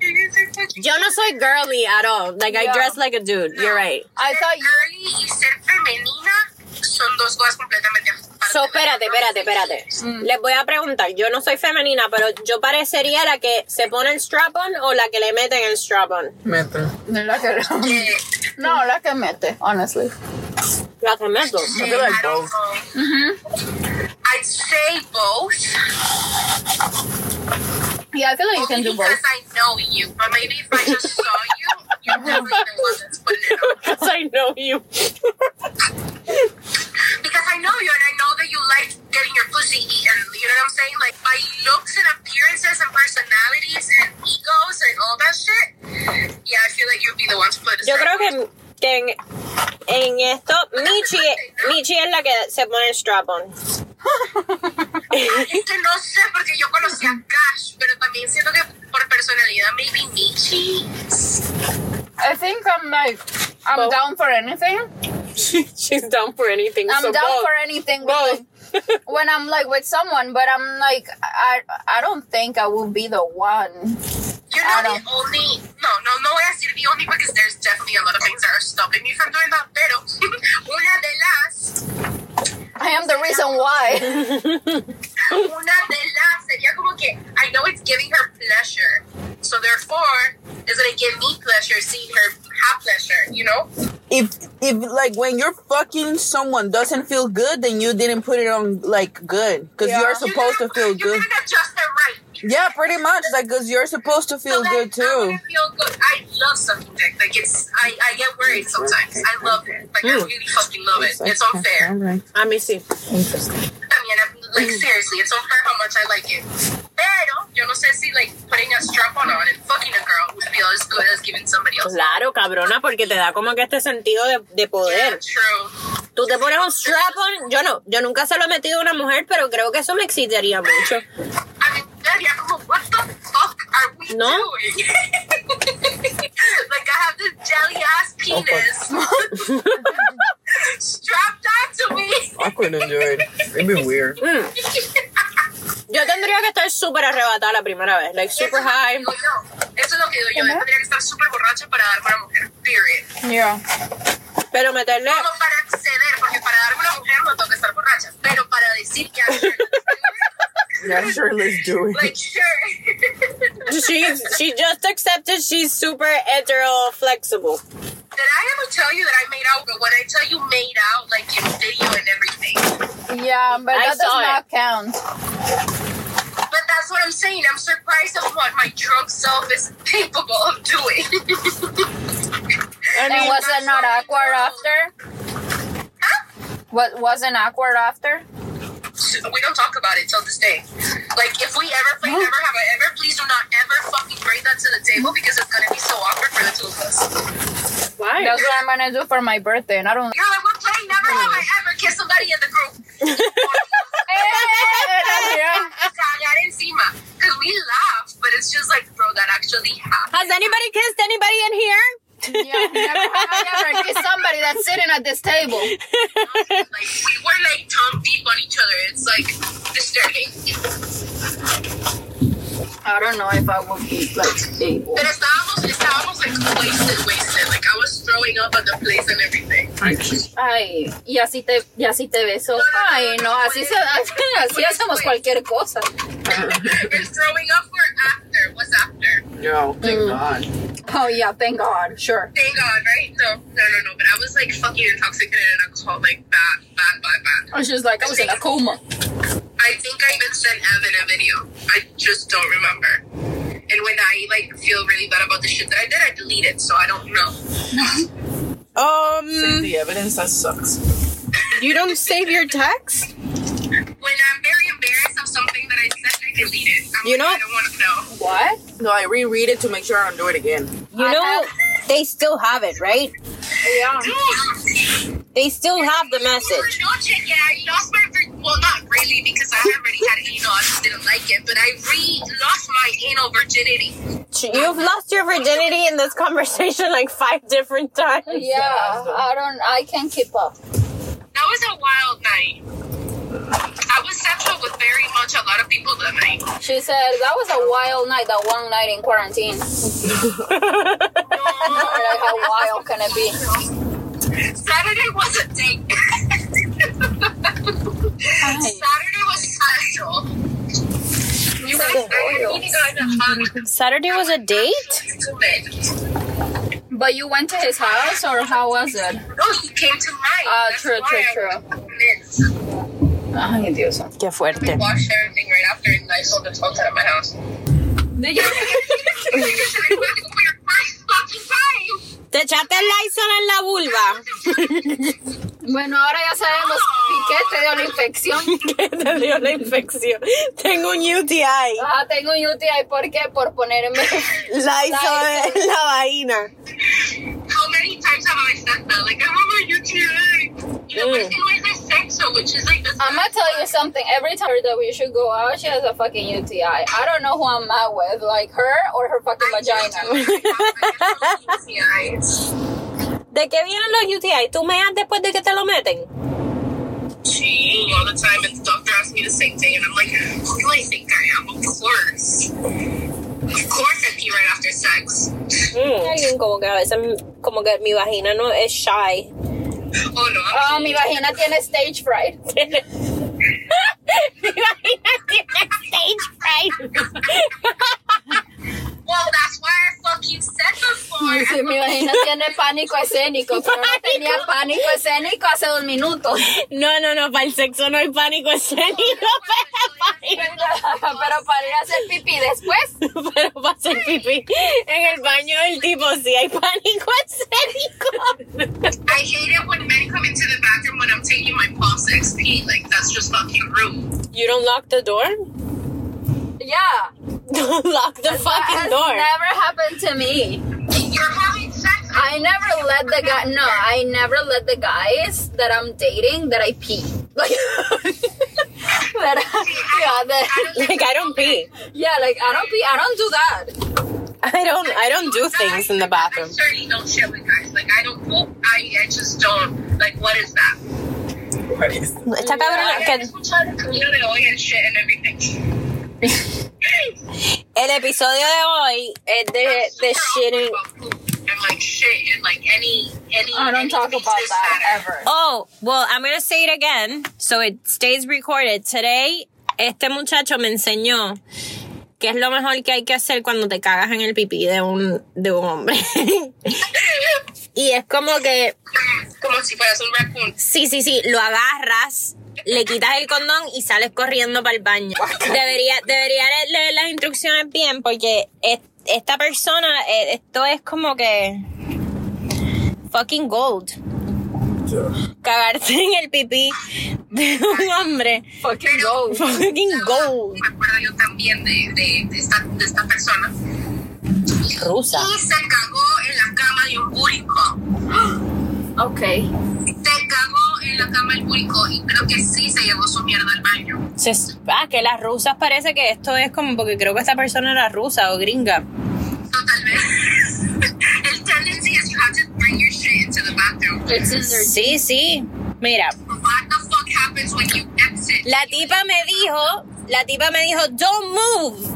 Speaker 2: You guys are fucking
Speaker 3: Yo no soy girly at all. Like, I
Speaker 1: Yeah.
Speaker 3: dress like a dude. You're right.
Speaker 1: [LAUGHS] I thought you...
Speaker 2: girly y ser femenina son dos cosas completamente aparte.
Speaker 3: So, espérate, espérate, espérate. Les voy a preguntar. Yo no soy femenina, pero yo parecería la que se pone el strap-on o la que le meten el strap-on.
Speaker 1: La que-
Speaker 2: Eh,
Speaker 1: no, la que mete, honestly.
Speaker 3: La que meto.
Speaker 4: I feel like
Speaker 2: eh, I don't
Speaker 4: both.
Speaker 2: know.
Speaker 1: Mm-hmm.
Speaker 2: I'd say both.
Speaker 1: Yeah, I feel like you can do both.
Speaker 2: Because I know you, but maybe if I just saw you,
Speaker 1: [LAUGHS]
Speaker 2: you're definitely the one that's putting it on.
Speaker 3: Because [LAUGHS] I know you.
Speaker 2: Because I know you and I know that you like getting your pussy eaten. You know what I'm saying? Like by looks and appearances and personalities and egos and all that shit. Yeah, I feel like you'd be the one to put it.
Speaker 3: Yo creo que, que en, en esto, Michi, Michi es la que se pone el strap-on.
Speaker 2: Es que no sé porque yo conocí a Cash, pero también siento que por personalidad maybe Michi.
Speaker 1: I think I'm like, I'm
Speaker 3: Both.
Speaker 1: down for anything.
Speaker 3: She's down for anything.
Speaker 1: I'm
Speaker 3: so
Speaker 1: down
Speaker 3: both.
Speaker 1: for anything. with, like, [LAUGHS]
Speaker 3: both.
Speaker 1: when I'm like with someone, but I'm like, I, I don't think I will be the one.
Speaker 2: You You're not
Speaker 1: Claro.
Speaker 2: the only. No, no, no voy a decir the only because there's definitely a lot of things that are stopping me from doing that. Pero [LAUGHS] una de las,
Speaker 1: I am the reason why.
Speaker 2: una de las sería como que I know it's giving her pleasure, so therefore it's gonna give me pleasure seeing her have pleasure. You know?
Speaker 4: If if like when you're fucking someone doesn't feel good, then you didn't put it on like good because
Speaker 1: Yeah.
Speaker 4: you're
Speaker 1: You
Speaker 4: supposed to
Speaker 2: didn't-
Speaker 4: feel
Speaker 2: You
Speaker 4: good.
Speaker 2: didn't adjust it right.
Speaker 4: Yeah, pretty much. Like, cause you're supposed to feel
Speaker 2: So
Speaker 4: good
Speaker 2: that- I
Speaker 4: too.
Speaker 2: wanna feel good. I love sucking dick. Like it's, I, I get worried sometimes. I love it. Like I
Speaker 3: Mm.
Speaker 2: really fucking love it. It's unfair.
Speaker 4: Alright.
Speaker 3: A mí sí.
Speaker 2: I mean, I'm, like seriously, it's unfair how much I like it. Pero yo no sé si like putting a strap on on and fucking a girl would feel as good as giving somebody else.
Speaker 3: Claro, cabrona, porque te da como que este sentido de, de
Speaker 2: Yeah,
Speaker 3: poder.
Speaker 2: true.
Speaker 3: Tú te pones un strap-on. Yo no, yo nunca se lo he metido a una mujer, pero creo que eso me excitaría mucho.
Speaker 2: I mean, then yeah, como, what the fuck are we
Speaker 3: No.
Speaker 2: doing? [LAUGHS] like I have this jelly ass
Speaker 4: Oh,
Speaker 2: penis [LAUGHS] strapped onto me. [LAUGHS]
Speaker 4: I couldn't enjoy it. It'd be weird.
Speaker 3: Mm. Yo tendría que estar súper arrebatada la primera vez, like super high.
Speaker 2: Eso es lo que digo yo. Eso es lo que digo yo. Yo tendría que estar súper borracha para darme a una mujer. Period.
Speaker 1: Yeah.
Speaker 3: Pero meterle.
Speaker 2: como para acceder, porque para darme una mujer no tengo que estar borracha, pero para decir que
Speaker 4: [LAUGHS] Yeah, sure, let's do it.
Speaker 2: [LAUGHS] like sure.
Speaker 3: She, she just accepted she's super hetero flexible.
Speaker 2: Did I ever tell you that I made out? But when I tell you made out, like in video and everything.
Speaker 1: Yeah, but
Speaker 3: I
Speaker 1: that does
Speaker 3: saw it.
Speaker 1: not count.
Speaker 2: But that's what I'm saying. I'm surprised of what my drunk self is capable of doing. [LAUGHS]
Speaker 3: I
Speaker 1: And
Speaker 3: mean,
Speaker 1: was it not awkward after? What wasn't awkward after?
Speaker 2: we don't talk about it till this day. Like if we ever play Never Have I Ever, please do not ever fucking bring that to the table because it's gonna be so awkward for the two of us.
Speaker 3: why?
Speaker 1: That's what I'm gonna do for my birthday, and I [LAUGHS] don't.
Speaker 2: You're like, we're playing Never Have I Ever, kiss somebody in the group. cagar encima. Because we laugh, but it's just like, bro, that actually happened.
Speaker 3: Has anybody kissed anybody in here?
Speaker 1: Yeah, never have I ever kissed somebody that's sitting at this table.
Speaker 2: Like, we were like tongue deep on each other. It's like disturbing.
Speaker 1: I don't know if I will be like able.
Speaker 2: But estábamos, estábamos like wasted, wasted. Like, I was throwing up at the place and everything.
Speaker 1: Ay, y así te, y así te beso. Ay, no, así se, así hacemos cualquier cosa.
Speaker 2: and throwing up were after, was after.
Speaker 4: Yo, thank God.
Speaker 1: Oh yeah, thank God. Sure.
Speaker 2: Thank God, right? No, no, no, no. But I was like fucking intoxicated and alcohol, like bad, bad, bad, bad.
Speaker 1: And she's like, I was in a coma.
Speaker 2: I think I even sent Evan a video. I just don't remember. And when I like feel really bad about the shit that I did, I delete it. So I don't know.
Speaker 3: Um,
Speaker 4: The evidence that sucks.
Speaker 3: you don't save your text?
Speaker 2: When I'm very embarrassed of something that I said, I delete it. I'm
Speaker 3: You
Speaker 2: like,
Speaker 3: know-
Speaker 2: I don't want to know.
Speaker 1: What?
Speaker 4: No, I reread it to make sure I don't do it again.
Speaker 3: You know, they still have it, right?
Speaker 1: Yeah.
Speaker 3: They still have the message.
Speaker 2: No, check it. I lost my vir- well, not really because I already had anal. I just didn't like it. But I re lost my anal virginity.
Speaker 3: You've lost your virginity in this [LAUGHS] conversation like five different times.
Speaker 1: Yeah. I don't. I can't keep up.
Speaker 2: That was a wild night. I was sexual with very much a lot of people that night.
Speaker 1: She said that was a wild night. That one night in quarantine.
Speaker 3: [LAUGHS]
Speaker 1: like how wild can it be?
Speaker 2: Saturday was a date. [LAUGHS] Saturday was special. You guys,
Speaker 1: Oh,
Speaker 2: I am meeting on
Speaker 3: Saturday was a date?
Speaker 2: a
Speaker 1: But you went to his house, or how was it?
Speaker 2: No, he came to mine.
Speaker 1: Ah,
Speaker 2: That's
Speaker 1: true,
Speaker 2: why
Speaker 1: true,
Speaker 2: I true.
Speaker 1: Ay, Dios. [LAUGHS]
Speaker 3: Qué fuerte.
Speaker 2: We washed everything right after, and I sold the phone out of my
Speaker 1: [LAUGHS]
Speaker 2: house. [LAUGHS]
Speaker 1: Did you?
Speaker 3: Te echaste el Lysol en la vulva.
Speaker 1: Bueno, ahora ya sabemos piquete de la infección.
Speaker 3: [LAUGHS] que te dio la infección. Tengo un UTI.
Speaker 1: Ah, tengo un UTI, ¿por qué? Por ponerme.
Speaker 3: Lysol en la vaina.
Speaker 2: How many times have I said that? Like, I remember you too. You know,
Speaker 3: Mm.
Speaker 2: mm. I said so, which is like the
Speaker 1: I'm gonna tell you something. Every time that we should go out, she has a fucking UTI. I don't know who I'm out with, like her or her fucking vagina.
Speaker 2: vagina.
Speaker 1: [LAUGHS]
Speaker 3: ¿De qué vienen los UTI? ¿Tú meas después de que te lo meten?
Speaker 2: cheating all the time, and the doctor asked me the same thing, and I'm like, who do I think I am? Of course. Of course I pee right after sex.
Speaker 3: Mm. Alguien como que a veces, como que mi vagina no es shy.
Speaker 2: Oh no,
Speaker 1: Oh,
Speaker 2: I'm
Speaker 1: mi vagina tiene stage fright.
Speaker 3: mi vagina tiene stage fright.
Speaker 2: Well, that's why I fucking said before.
Speaker 1: Dice, mi vagina tiene pánico escénico, pero no tenía pánico escénico hace dos minutos. [LAUGHS]
Speaker 3: No, no, no, para el sexo no hay pánico [LAUGHS] escénico, pero
Speaker 1: Pero para ir a hacer pipí después,
Speaker 3: para, [LAUGHS] pero para hacer pipí en el baño del tipo sí hay pánico escénico.
Speaker 2: I hate it when men come into the bathroom when I'm taking my pulse XP. Like, that's just fucking rude.
Speaker 3: You don't lock the door?
Speaker 1: yeah.
Speaker 3: Don't lock the
Speaker 1: That
Speaker 3: fucking
Speaker 1: has
Speaker 3: door.
Speaker 1: never happened to me.
Speaker 2: You're having sex.
Speaker 1: I never let the guy. No, I never let the guys that I'm dating that I pee. Like, [LAUGHS] that yeah, that,
Speaker 3: Like I don't pee.
Speaker 1: yeah, like I don't pee. I don't do that.
Speaker 3: I don't I don't do things in the bathroom.
Speaker 2: I'm sure you don't shit with guys. Like, I don't poop. I, I just don't. Like, what is that?
Speaker 3: Está cabrona
Speaker 2: I
Speaker 3: que
Speaker 2: escuchar el camino de hoy and shit and
Speaker 1: [LAUGHS]
Speaker 2: everything.
Speaker 3: el episodio de hoy es
Speaker 1: Eh,
Speaker 3: de,
Speaker 2: Super
Speaker 3: de shitting.
Speaker 2: awkward about poop And like shit, and like any any.
Speaker 1: I don't
Speaker 2: any
Speaker 1: talk
Speaker 2: thesis
Speaker 1: about that
Speaker 2: matter.
Speaker 1: ever.
Speaker 3: Oh, well, I'm going to say it again so it stays recorded. Today, este muchacho me enseñó que es lo mejor que hay que hacer cuando te cagas en el pipí de un, de un hombre. [LAUGHS] y es como que,
Speaker 2: [LAUGHS] Como si fueras un raccoon.
Speaker 3: sí, sí, sí, lo agarras, le quitas el condón y sales corriendo para el baño. Debería, debería leer las instrucciones bien porque es- esta persona, eh, esto es como que fucking gold. Cagarse en el pipí de un hombre.
Speaker 1: Fucking go.
Speaker 3: Fucking gold.
Speaker 2: Me acuerdo yo también de, de, de, esta, de esta persona.
Speaker 3: Rusa.
Speaker 2: Y se cagó en la cama de un público.
Speaker 1: Okay.
Speaker 2: Se cagó en la cama del público y creo que sí se llevó su mierda al baño.
Speaker 3: Se- ah, que las rusas parece que esto es como porque creo que esta persona era rusa o gringa.
Speaker 2: So, tal vez. [LAUGHS] El tendency is you have to bring your shit into the bathroom.
Speaker 1: It's in their
Speaker 3: Sí, sí. Mira,
Speaker 2: What the fuck happens when you exit?
Speaker 3: la tipa me dijo, la tipa me dijo, don't move.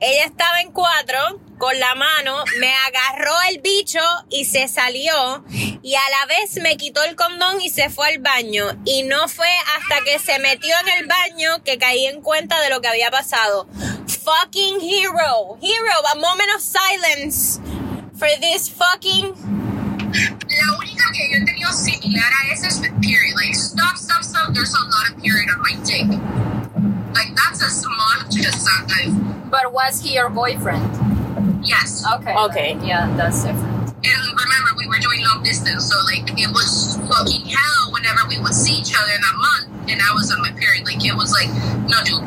Speaker 3: Ella estaba en cuatro con la mano, me agarró el bicho y se salió y a la vez me quitó el condón y se fue al baño y no fue hasta que se metió en el baño que caí en cuenta de lo que había pasado. Fucking hero, hero, a moment of silence for this fucking
Speaker 2: La única que yo he tenido similar a eso es with period. Like, stop, stop, stop. There's a lot of period on my dick. Like, that's a small to the sun. Like,
Speaker 1: But was he your boyfriend?
Speaker 2: yes.
Speaker 1: Okay.
Speaker 3: Okay.
Speaker 1: Yeah, that's different.
Speaker 2: And remember, we were doing long distance, so, like, it was fucking hell whenever we would see each other in a month, and I was on my period. Like, it was like, no, dude.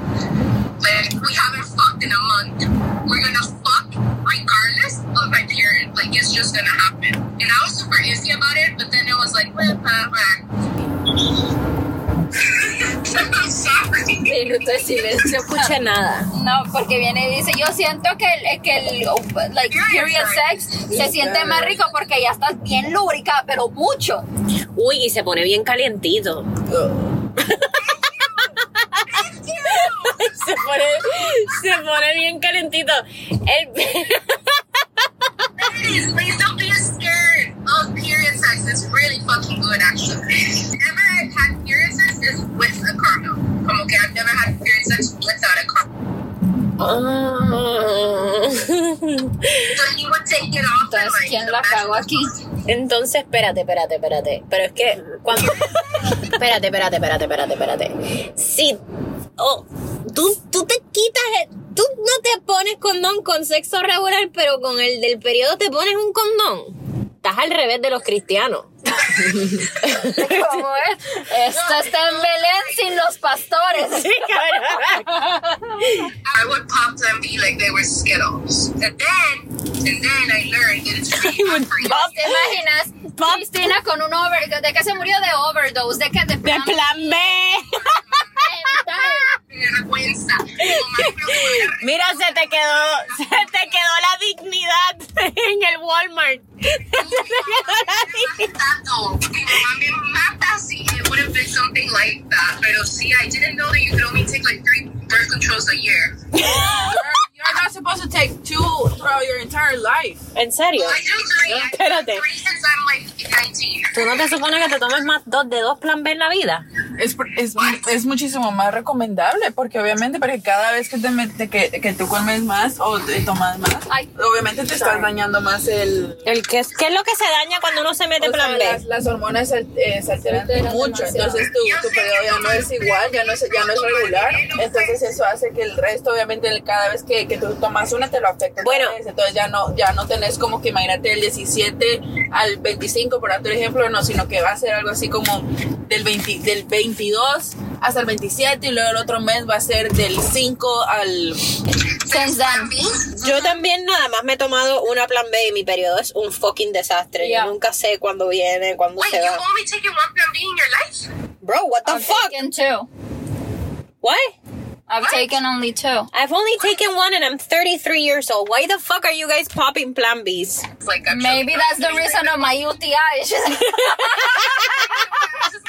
Speaker 2: Like, we haven't fucked in a month. We're gonna fuck regardless of my period. Like, it's just gonna happen. And I was super easy about it, but then it was like, whatever. [LAUGHS] I'm
Speaker 3: [LAUGHS]
Speaker 2: sorry.
Speaker 1: Minuto de silencio.
Speaker 3: escuché nada.
Speaker 1: No, porque viene y dice, yo siento que el, que el like, period sex se siente más rico porque ya estás bien lúbrica, pero mucho.
Speaker 3: Uy, y se pone bien calientito. [LAUGHS] se, pone, se pone bien calentito. El-
Speaker 2: Please, please don't be scared of period sex. It's really fucking good, actually. Never I've had period sex is with a condom. Como que I've never had period sex without a condom.
Speaker 3: Ah.
Speaker 2: So you would take it off. and,
Speaker 1: Entonces,
Speaker 2: like,
Speaker 1: ¿quién la cagó
Speaker 4: [LAUGHS]
Speaker 1: aquí?
Speaker 3: [LAUGHS]
Speaker 1: [LAUGHS]
Speaker 3: Entonces, espérate, espérate, espérate. Pero es que cuando. espérate, espérate, espérate, espérate, espérate. Si. oh, tú, tú te quitas. el- tú no te pones condón con sexo regular, pero con el del periodo te pones un condón. Estás al revés de los cristianos.
Speaker 1: ¿Cómo es? Esto está en Belén sin los pastores.
Speaker 3: [LAUGHS]
Speaker 2: I would pop them be like they were Skittles. And then, and then I learned that
Speaker 1: [LAUGHS]
Speaker 2: it's really bad for you.
Speaker 1: ¿Te imaginas?
Speaker 3: Pop.
Speaker 1: Cristina con un overdose. ¿De que se murió? De overdose. ¿De que De plan
Speaker 3: plan B.
Speaker 1: mental. [LAUGHS]
Speaker 2: Vergüenza. Como, "Mami, pero me voy a re-".
Speaker 3: Mira, se te quedó, [LAUGHS] se te quedó la dignidad en el Walmart. Se te quedó la dignidad.
Speaker 2: Tanto. Mi mamá me mata si eh, what could have been something like that. But see, I didn't know that you could only take like three birth controls a year.
Speaker 4: You're not supposed to take two throughout your entire life.
Speaker 3: ¿En serio?
Speaker 2: I do three. I took
Speaker 3: Espérate.
Speaker 2: three since I'm like 19.
Speaker 3: ¿Tú no te supones que te tomes más dos de dos plan B en la vida?
Speaker 4: Es, por- es, es muchísimo más recomendable porque obviamente porque cada vez que, te mete- que, que tú comes más o te tomas más, obviamente te estás dañando más el...
Speaker 3: El que es, ¿Qué es lo que se daña cuando uno se mete
Speaker 4: o sea,
Speaker 3: plan
Speaker 4: las,
Speaker 3: B?
Speaker 4: las hormonas se, al- eh, se alteran mucho, entonces tu, tu periodo ya no es igual, ya no es, ya no es regular, entonces eso hace que el resto, obviamente, el- cada vez que, que tú tomas una te lo afecta. otra
Speaker 3: Bueno.
Speaker 4: vez, entonces ya no, ya no tenés como que imagínate el 17 al 25, por otro ejemplo, no, sino que va a ser algo así como del, 20 del 22 hasta el 27 y luego el otro mes va a ser del 5 al...
Speaker 1: Since then.
Speaker 3: Yo también nada más me he tomado una plan B y mi periodo es un fucking desastre.
Speaker 1: Yeah.
Speaker 3: Yo nunca sé cuándo viene, cuándo
Speaker 2: Wait,
Speaker 3: se
Speaker 2: you've
Speaker 3: va.
Speaker 2: only taken one plan B in your life?
Speaker 3: Bro, what the
Speaker 1: I've
Speaker 4: Oh,
Speaker 3: fuck?
Speaker 1: taken two.
Speaker 3: What?
Speaker 1: I've taken only two.
Speaker 3: I've only taken one and I'm 33 years old. Why the fuck are you guys popping plan Bs?
Speaker 2: It's Like, I'm
Speaker 1: Maybe that's the
Speaker 2: [LAUGHS]
Speaker 1: reason of my UTI. It's just-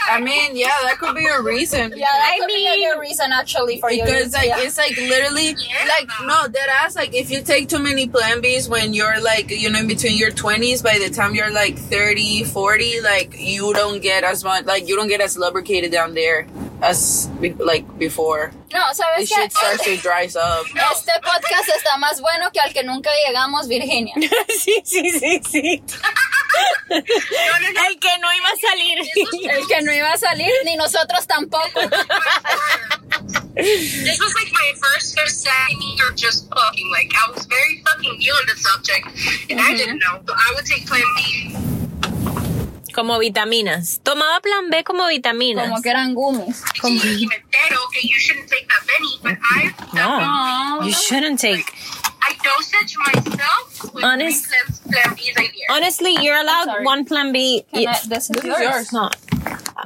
Speaker 4: I mean, yeah, that could be a reason.
Speaker 1: [LAUGHS] yeah, that
Speaker 3: I
Speaker 1: could be a
Speaker 3: mean-
Speaker 1: good reason actually for you.
Speaker 4: because like it's like literally
Speaker 2: Yeah.
Speaker 4: like no that ass like if you take too many plan b's when you're like you know in between your 20s by the time you're like 30 40 like you don't get as much like you don't get as lubricated down there as be- like before
Speaker 1: No,
Speaker 4: the
Speaker 1: ¿sabes qué?
Speaker 4: shit starts to dries up
Speaker 1: Este podcast está más bueno que al que nunca llegamos, Virginia.
Speaker 3: sí, sí, sí, sí. El que no iba a salir.
Speaker 1: El que no iba a salir, ni nosotros tampoco.
Speaker 2: this was like my first or second year of just fucking. Like I was very fucking new in the subject,
Speaker 1: Mm-hmm.
Speaker 2: and I didn't know. So I would take Plan B.
Speaker 3: Como vitaminas. Tomaba plan B como vitaminas.
Speaker 1: Como que eran gummies.
Speaker 2: Even then, okay, you shouldn't take that many, but I
Speaker 3: No.
Speaker 1: No.
Speaker 3: You shouldn't take.
Speaker 2: I dosage myself with
Speaker 3: Honest-
Speaker 2: three plans- Plan B's a year.
Speaker 3: Honestly, you're allowed
Speaker 1: sorry.
Speaker 3: one plan B.
Speaker 1: Can I-
Speaker 3: if-
Speaker 1: this is
Speaker 4: This is
Speaker 1: yours.
Speaker 4: yours.
Speaker 3: No.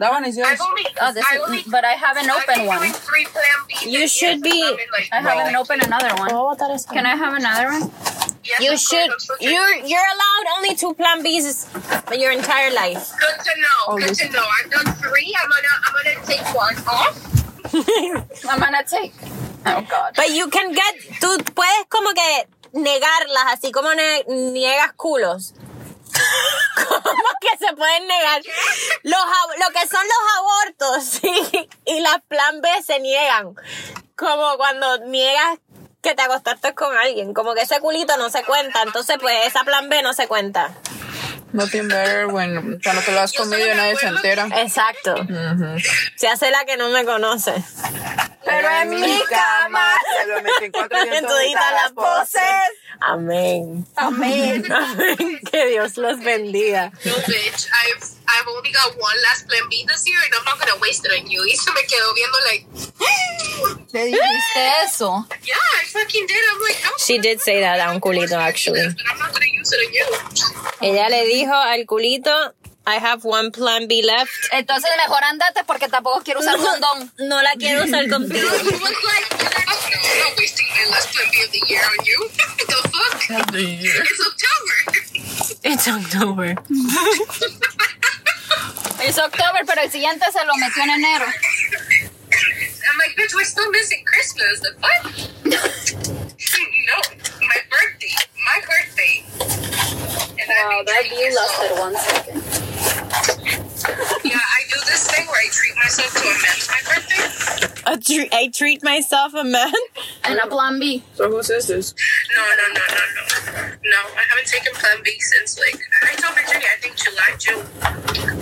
Speaker 4: that one is yours
Speaker 2: I've only,
Speaker 1: Oh, this
Speaker 2: I only,
Speaker 1: is, but I have an
Speaker 2: I've
Speaker 1: open
Speaker 2: been
Speaker 1: one.
Speaker 2: doing Three Plan B's a
Speaker 3: You
Speaker 2: year,
Speaker 3: should
Speaker 2: so
Speaker 3: be-
Speaker 2: I'm in, like,
Speaker 1: I
Speaker 2: well,
Speaker 1: haven't opened another one. Can I have another one?
Speaker 2: yes, of
Speaker 3: You
Speaker 2: course,
Speaker 3: should.
Speaker 2: I'm so
Speaker 3: You're you're allowed only two plan Bs in your entire life.
Speaker 2: Good to know.
Speaker 4: Oh,
Speaker 2: good
Speaker 4: this-
Speaker 2: to know. I've done three. I'm gonna I'm gonna take one off.
Speaker 3: [LAUGHS]
Speaker 1: I'm gonna take. Oh God.
Speaker 3: But you can get. Tú puedes como que negarlas, así como ne- niegas culos. [LAUGHS] ¿Cómo que se pueden negar? Los, ab- lo que son los abortos [LAUGHS] sí, y las plan B se niegan. Como cuando niegas que te acostaste con alguien. Como que ese culito no se cuenta. Entonces, pues esa plan B no se cuenta.
Speaker 4: nothing better when cuando te lo has
Speaker 2: Yo solo
Speaker 4: comido y
Speaker 2: me
Speaker 4: nadie se
Speaker 2: acuerdo
Speaker 4: entera
Speaker 3: Exacto. Se hace la que no me conoce.
Speaker 1: Pero en mi cama.
Speaker 3: [LAUGHS]
Speaker 4: se lo meten cuatro
Speaker 3: En todita las poses. Amén.
Speaker 1: Amén.
Speaker 3: [LAUGHS] Amén. Que Dios los bendiga.
Speaker 2: No, bitch. I've I've only got one last plan B this year, and I'm not gonna waste it on you. Y se me quedó viendo like,
Speaker 1: ¿Le dijiste eso?
Speaker 2: [GASPS] yeah, I fucking did. I'm like, "Oh, I'm
Speaker 3: She did say that a un culito, actually.
Speaker 2: But I'm not gonna use it on you.
Speaker 3: Ella le dijo al culito, I have one plan B left.
Speaker 1: Entonces mejor andate porque tampoco quiero usar condón.
Speaker 3: No la quiero usar [LAUGHS] contigo.
Speaker 2: He was like, "Fuck no, I'm not wasting my last plan B of the year on you. [LAUGHS] the fuck? It's October. [LAUGHS]
Speaker 3: It's October.
Speaker 1: Es octubre, pero el siguiente se lo metió en enero.
Speaker 2: I'm like, bitch, we're still missing Christmas. The fuck? [LAUGHS] no, my birthday, my birthday. And I've been treating myself.
Speaker 1: one second.
Speaker 2: Yeah, I do this thing where I treat myself to a man's my birthday.
Speaker 3: I, tre- I treat myself a man.
Speaker 1: And a plan B.
Speaker 4: so whose is this
Speaker 2: No, no, no, no, no. No, I haven't taken Plan B since like I told Virginia I think July, June.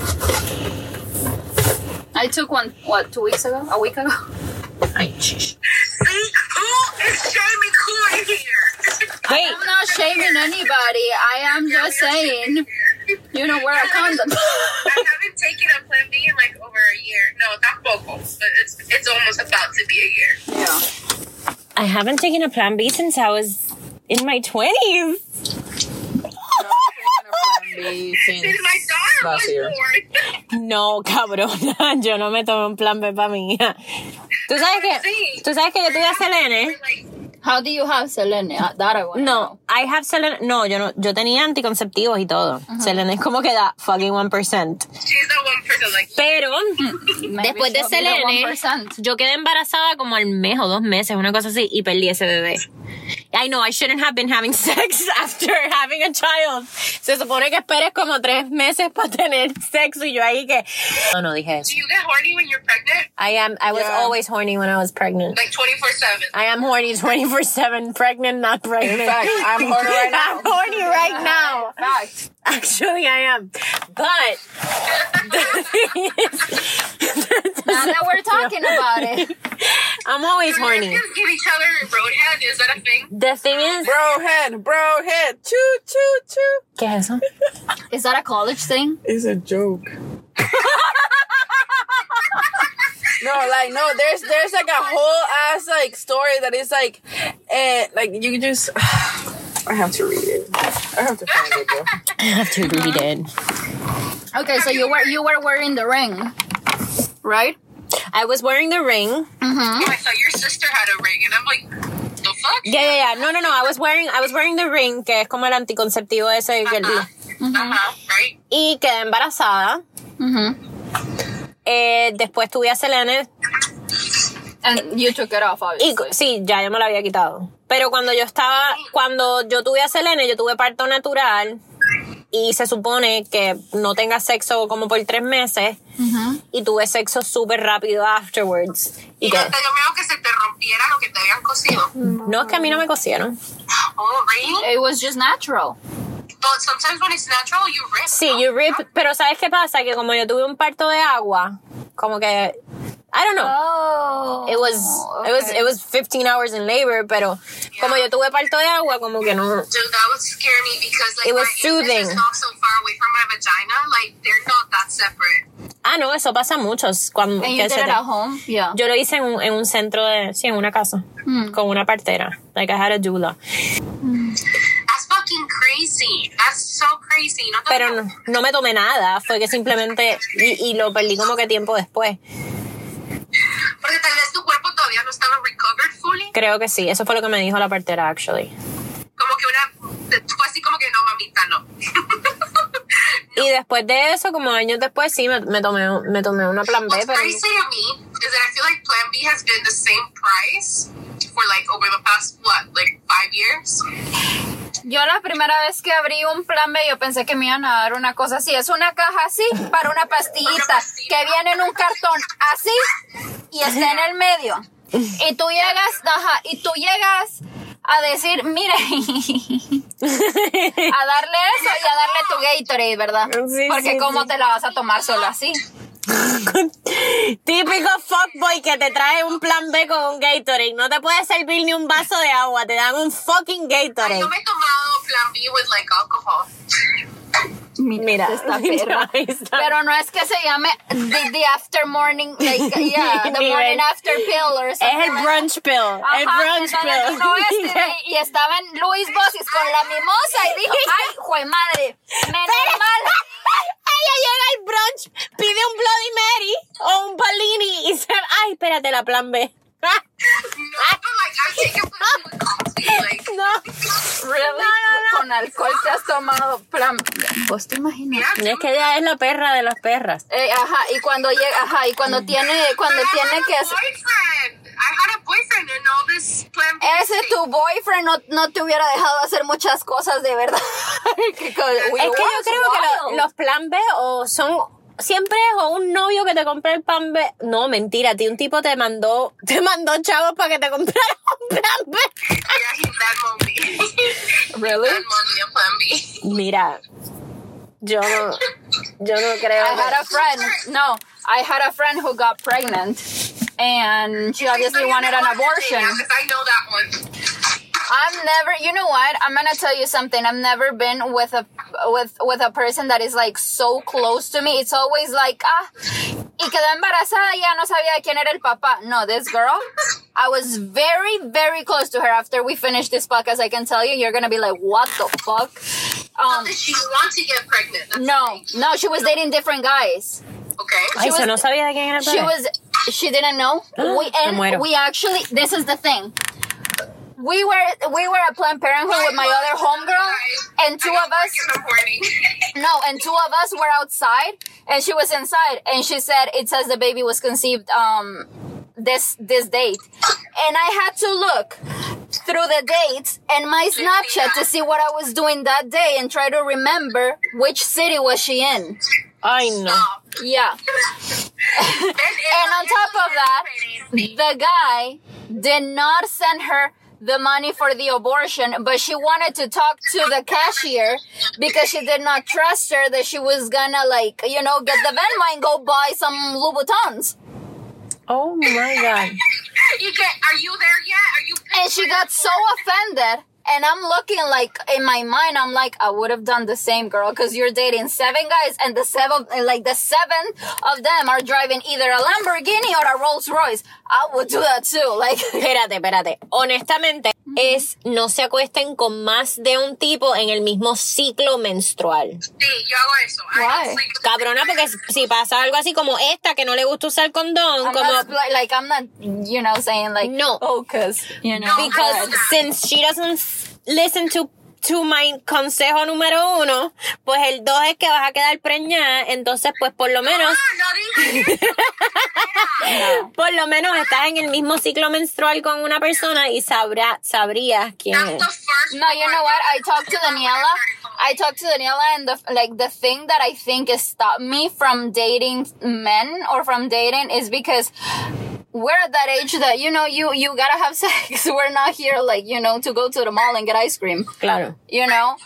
Speaker 2: [LAUGHS]
Speaker 1: I took one, what, two weeks ago? A week ago?
Speaker 2: See who is shaming who in [LAUGHS] here?
Speaker 3: Wait,
Speaker 1: I'm not shaming anybody. I am just saying, you know, wear a condom.
Speaker 2: I haven't taken a Plan B in like over a year. No, tampoco. But it's it's almost about to be a year.
Speaker 1: Yeah.
Speaker 3: I haven't taken a plan B since I was in my 20s.
Speaker 2: Since my daughter
Speaker 4: Last
Speaker 2: was
Speaker 4: year.
Speaker 2: born. [LAUGHS]
Speaker 3: No, cabrona, [LAUGHS] yo no me tomé un plan B para mi hija. [LAUGHS] Tú sabes que, tú sabes que yo tuve a Selene.
Speaker 2: Like,
Speaker 1: How do you have Selene? Uh, That I want.
Speaker 3: No, I have Selene. No, yo no, yo tenía anticonceptivos y todo. Selene es como que da fucking 1%.
Speaker 2: she's the one person like you.
Speaker 3: Pero
Speaker 1: Maybe
Speaker 3: Después de
Speaker 1: she'll be the
Speaker 3: Selene.
Speaker 1: 1%.
Speaker 3: yo quedé embarazada como al mes o dos meses, una cosa así, y perdí ese bebé. I know, I shouldn't have been having [LAUGHS] sex after having a child. Se supone que esperes como tres meses para tener sexo y yo ahí que... No, no dije eso.
Speaker 2: Do you get horny when you're pregnant?
Speaker 3: I am, I was
Speaker 4: Yeah.
Speaker 3: always horny when I was pregnant.
Speaker 2: Like 24 7.
Speaker 3: I am horny 24-7, pregnant, not pregnant.
Speaker 4: In fact, I'm [LAUGHS] horny
Speaker 1: [LAUGHS]
Speaker 4: right
Speaker 3: [LAUGHS]
Speaker 4: now.
Speaker 3: I'm horny right now.
Speaker 4: Fact.
Speaker 3: Actually, I am. But the thing is,
Speaker 1: Now that [LAUGHS] we're talking about it.
Speaker 3: I'm always
Speaker 2: Do you
Speaker 3: horny.
Speaker 2: guys give each other roadhead? Is that a thing?
Speaker 3: The thing is,
Speaker 4: Bro head, bro head. Choo, choo, choo.
Speaker 3: ¿qué es eso?
Speaker 1: Is that a college thing?
Speaker 4: It's a joke. no, like no, there's there's like a whole ass like story that is like, eh, like you just. [SIGHS] I have to read it. I have to find it, bro.
Speaker 3: I have to read it.
Speaker 1: Okay, so you were you were wearing the ring, right?
Speaker 3: I was wearing the ring.
Speaker 2: Oh, I thought your sister had a ring, and I'm like, the fuck?
Speaker 3: Yeah, yeah, yeah. No, no, no. I was wearing, I was wearing the ring, que es como el anticonceptivo ese. que-
Speaker 2: Uh-huh. Uh-huh. Right?
Speaker 3: Y quedé embarazada.
Speaker 1: Mm-hmm.
Speaker 3: Eh, después tuve a Selene.
Speaker 1: And you took it off,
Speaker 3: Y,
Speaker 1: obviously.
Speaker 3: sí, ya yo me lo había quitado. Pero cuando yo estaba, cuando yo tuve a Selene, yo tuve parto natural. Y se supone que no tengas sexo como por tres meses. Y tuve sexo súper rápido afterwards. Y
Speaker 2: Y
Speaker 3: que,
Speaker 2: hasta yo veo que se te rompiera lo que te habían cosido.
Speaker 3: no, es que a mí no me cosieron.
Speaker 2: Oh, really?
Speaker 1: It was just natural.
Speaker 2: But sometimes when it's natural, you rip.
Speaker 3: Sí, Eh. you rip. Pero ¿sabes qué pasa? Que como yo tuve un parto de agua, como que, I don't know.
Speaker 1: Oh.
Speaker 3: It was, it was, it was 15 hours in labor, pero como yo tuve parto de agua, como que no.
Speaker 2: Dude, that would scare me because like
Speaker 3: It was
Speaker 2: my anus
Speaker 3: soothing.
Speaker 2: is not so far away from my vagina. Like they're not that separate.
Speaker 3: Ah, no, eso pasa mucho. Cuando,
Speaker 1: And
Speaker 3: que
Speaker 1: you did
Speaker 3: se
Speaker 1: it
Speaker 3: te-
Speaker 1: at home? Yeah.
Speaker 3: Yo lo hice en un, en un centro de, sí, en una casa,
Speaker 1: Mm.
Speaker 3: con una partera, like I had a doula.
Speaker 2: That's fucking crazy. That's so crazy. No,
Speaker 3: Pero no, no me tomé nada, fue que simplemente, y, y lo perdí como que tiempo después.
Speaker 2: Porque tal vez tu cuerpo todavía no estaba recovered fully.
Speaker 3: Creo que sí, eso fue lo que me dijo la partera, actually.
Speaker 2: Como que una. Tú así como que no, mamita, no. [LAUGHS]
Speaker 3: Y después de eso, como años después, sí, me, me tomé, un- me tomé una plan B,
Speaker 2: What's
Speaker 3: pero...
Speaker 2: crazy to me is that I feel like Plan B has been the same price for like over the past, what, like five years?
Speaker 1: Yo la primera vez que abrí un plan B, yo pensé que me iban a dar una cosa así. Es una caja así para una pastillita que viene en un cartón así y está en el medio. Y tú llegas, ajá, y tú llegas a decir, mire, [LAUGHS] a darle eso y a darle tu Gatorade, ¿verdad?
Speaker 3: [LAUGHS] Sí,
Speaker 1: Porque
Speaker 3: sí,
Speaker 1: cómo
Speaker 3: sí.
Speaker 1: te la vas a tomar solo así.
Speaker 3: Típico fuckboy que te trae un plan B con un Gatorade. No te puede servir ni un vaso de agua, te dan un fucking
Speaker 2: Ay,
Speaker 3: Gatorade.
Speaker 2: yo me he tomado Plan B with like alcohol. [LAUGHS]
Speaker 3: Mira,
Speaker 1: esta
Speaker 3: mira, [LAUGHS]
Speaker 1: perra.
Speaker 3: ahí está.
Speaker 1: Pero no es que se llame the, the after morning, like,
Speaker 3: [LAUGHS]
Speaker 1: yeah, the
Speaker 3: Ni
Speaker 1: morning
Speaker 3: ven.
Speaker 1: after pill or something.
Speaker 3: es el
Speaker 1: like that.
Speaker 3: brunch pill, el
Speaker 1: Ajá,
Speaker 3: brunch
Speaker 1: entonces
Speaker 3: pill.
Speaker 1: uno
Speaker 3: [LAUGHS]
Speaker 1: este, y estaba en Luis Bosis con la mimosa y dijo, ay, jue madre, menos mal.
Speaker 3: Ella llega al brunch, pide un Bloody Mary o un Palini y se... Ay, espérate, la plan B. [LAUGHS]
Speaker 2: No, but like I've taken Plan B with coffee. Like,
Speaker 3: No.
Speaker 1: Really? Con alcohol te has tomado plan. ¿Vos te imaginas?
Speaker 2: yeah.
Speaker 3: Es que ella es la perra de las perras.
Speaker 1: Eh, ajá, y cuando llega, ajá, y cuando tiene, cuando
Speaker 2: I had
Speaker 1: tiene
Speaker 2: a
Speaker 1: que hacer.
Speaker 2: boyfriend. I had a boyfriend and all this Plan B.
Speaker 1: Ese tu boyfriend no, no te hubiera dejado hacer muchas cosas de verdad. [LAUGHS] Que co- we
Speaker 3: Es que yo
Speaker 1: was
Speaker 3: creo que lo-
Speaker 1: wild.
Speaker 3: los plan B o son siempre es o un novio que te compra el plan B. No, mentira, a ti un tipo te mandó, te mandó chavos para que te comprara un plan B.
Speaker 2: Yeah, he Venmoed me. He
Speaker 1: Really?
Speaker 2: Venmoed me a Plan B.
Speaker 3: Mira, yo no, yo no creo.
Speaker 1: I had a friend. No, I had a friend who got pregnant, and she obviously wanted an abortion.
Speaker 2: Because I know that one.
Speaker 1: I'm never. You know what? I'm gonna tell you something. I've never been with a with with a person that is like so close to me. It's always like ah, y quedó embarazada. Ya no sabía quién era el papá. No, this girl. I was very very close to her. After we finished this podcast, I can tell you, you're gonna be like, what the fuck? Um,
Speaker 2: Did she want to get pregnant? That's
Speaker 1: no, no, she was dating different guys.
Speaker 2: Okay.
Speaker 3: Ay,
Speaker 1: was-
Speaker 3: yo no sabía de quién era el
Speaker 1: She
Speaker 3: plan B.
Speaker 1: was. She didn't know. We
Speaker 3: Ah, me muero.
Speaker 1: and we actually. This is the thing. We were we were at Planned Parenthood with my other homegirl, and two of us.
Speaker 2: [LAUGHS] In the morning.
Speaker 1: No, no, and two of us were outside, and she was inside, and she said it says the baby was conceived um this this date, and I had to look through the dates and my Snapchat to see what I was doing that day and try to remember which city was she in.
Speaker 3: Ay, no.
Speaker 1: Yeah. And on top of that, the guy did not send her the money for the abortion, but she wanted to talk to the cashier because she did not trust her that she was gonna like, you know, get the Venmo and go buy some Louboutins.
Speaker 3: Oh my god.
Speaker 2: You get? Are you there yet? Are you?
Speaker 1: And she got so offended. And I'm looking like in my mind, I'm like, I would have done the same, girl, because you're dating seven guys, and the seven, like the seven of them are driving either a Lamborghini or a Rolls Royce. I would do that too. Like, [LAUGHS]
Speaker 3: Espérate, espérate. Honestamente, es no se acuesten con más de un tipo en el mismo ciclo menstrual.
Speaker 2: Sí, yo hago eso. I Ah,
Speaker 1: Why?
Speaker 2: don't sleep with- [LAUGHS]
Speaker 3: Cabrona, porque si pasa algo así como esta que no le gusta usar condón,
Speaker 1: I'm
Speaker 3: como
Speaker 1: not, like, like, I'm not, you know, saying like,
Speaker 3: No.
Speaker 1: oh, because, you know,
Speaker 2: No,
Speaker 3: because since she doesn't s- listen to to my consejo número uno, pues el dos es que vas a quedar preñada, entonces pues por lo menos,
Speaker 2: Ah, no dije.
Speaker 3: por lo menos estás en el mismo ciclo menstrual con una persona y sabrá, sabrías quién
Speaker 2: That's
Speaker 3: es.
Speaker 2: the first.
Speaker 1: [LAUGHS] No, you know what? I talked to Daniela.
Speaker 2: I
Speaker 1: I talked to Daniela, and the like the thing that I think is stopped me from dating men or from dating is because we're at that age that you know you you gotta have [LAUGHS] sex. We're not here like you know to go to the mall and get ice cream.
Speaker 3: Claro.
Speaker 1: You know,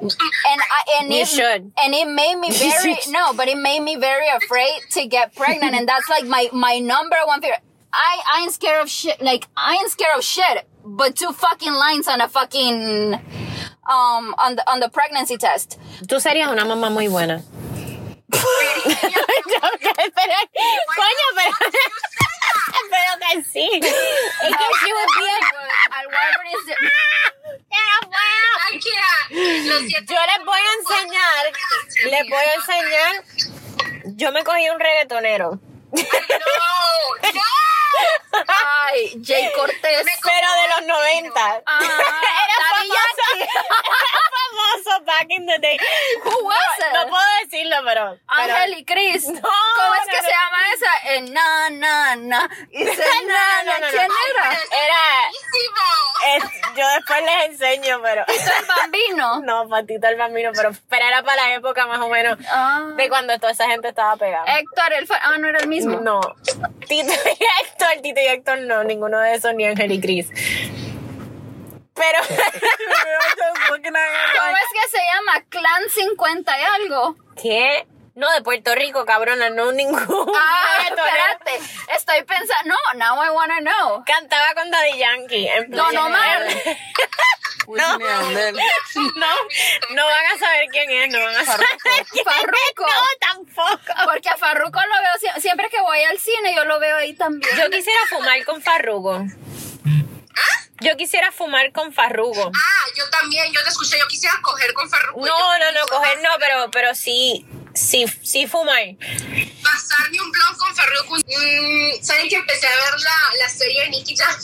Speaker 1: and I and
Speaker 3: You
Speaker 1: it,
Speaker 3: should.
Speaker 1: and it made
Speaker 3: [LAUGHS]
Speaker 1: me very no, but it made me very afraid to get pregnant, and that's like my my number one fear. I I ain't scared of shit. Like I ain't scared of shit, but two fucking lines on a fucking um on the on the pregnancy test.
Speaker 3: Tú serías una mamá muy buena. [LAUGHS] Yo que- pero, coño, pero, [LAUGHS] pero que sí. Es que she would be a-
Speaker 1: Al Walgreens de-
Speaker 2: I can't. Lo siento.
Speaker 3: Yo les voy a enseñar, les voy a enseñar. Yo me cogí un reggaetonero. [LAUGHS]
Speaker 2: No, no.
Speaker 1: [LAUGHS] Ay, Jay Cortez.
Speaker 3: Pero de los 90.
Speaker 1: Ah,
Speaker 3: [LAUGHS] era
Speaker 1: Daddy
Speaker 3: famoso.
Speaker 1: Yankee.
Speaker 3: [LAUGHS] Era famoso back in the day.
Speaker 1: Who was it?
Speaker 3: No puedo decirlo, pero. pero-
Speaker 1: Ángel y Cris. ¿Cómo es que
Speaker 3: no,
Speaker 1: se
Speaker 3: no.
Speaker 1: llama esa? Eh, na, na, na. Dice, [LAUGHS] na,
Speaker 3: No, no,
Speaker 1: na.
Speaker 3: no,
Speaker 1: ¿Quién
Speaker 3: no.
Speaker 1: era?
Speaker 3: Era.
Speaker 2: Buenísimo.
Speaker 3: es- yo después les enseño, pero. [LAUGHS]
Speaker 1: El bambino.
Speaker 3: No, Patito el Bambino, pero, pero era para la época más o menos
Speaker 1: Ah.
Speaker 3: de cuando toda esa gente estaba pegada.
Speaker 1: Héctor, el fa- Ah, no era el mismo.
Speaker 3: No. Tito y Héctor, Tito y Héctor no, ninguno de esos, ni Ángel y Cris.
Speaker 1: [LAUGHS]
Speaker 3: Pero.
Speaker 1: ¿Cómo es que se llama? Clan 50 y algo.
Speaker 3: ¿Qué? No, de Puerto Rico, cabrona, no ningún. [LAUGHS]
Speaker 1: Ah,
Speaker 3: reggaetonero.
Speaker 1: espérate. Estoy pensando. No, now I wanna know.
Speaker 3: Cantaba con Daddy Yankee. en
Speaker 1: Don
Speaker 3: plan-
Speaker 1: Omar.
Speaker 4: Wisin and Yandel.
Speaker 3: No, no van a saber quién es, no van a saber. quién es.
Speaker 1: Farruko.
Speaker 3: [LAUGHS] No, tampoco.
Speaker 1: Porque a Farruko lo veo sie- siempre que voy al cine, yo lo veo ahí también.
Speaker 3: Yo quisiera fumar con Farrugo.
Speaker 1: ¿Ah?
Speaker 3: Yo quisiera fumar con Farrugo.
Speaker 2: Ah, yo también, yo te escuché, yo quisiera coger con
Speaker 1: Pues
Speaker 2: Ferruco.
Speaker 3: No, no, no, coger no, pero, pero sí, sí, sí fumar.
Speaker 2: Pasarme un blog con Ferruco. Mm, ¿Saben que empecé a ver la, la serie de Nicky Jam?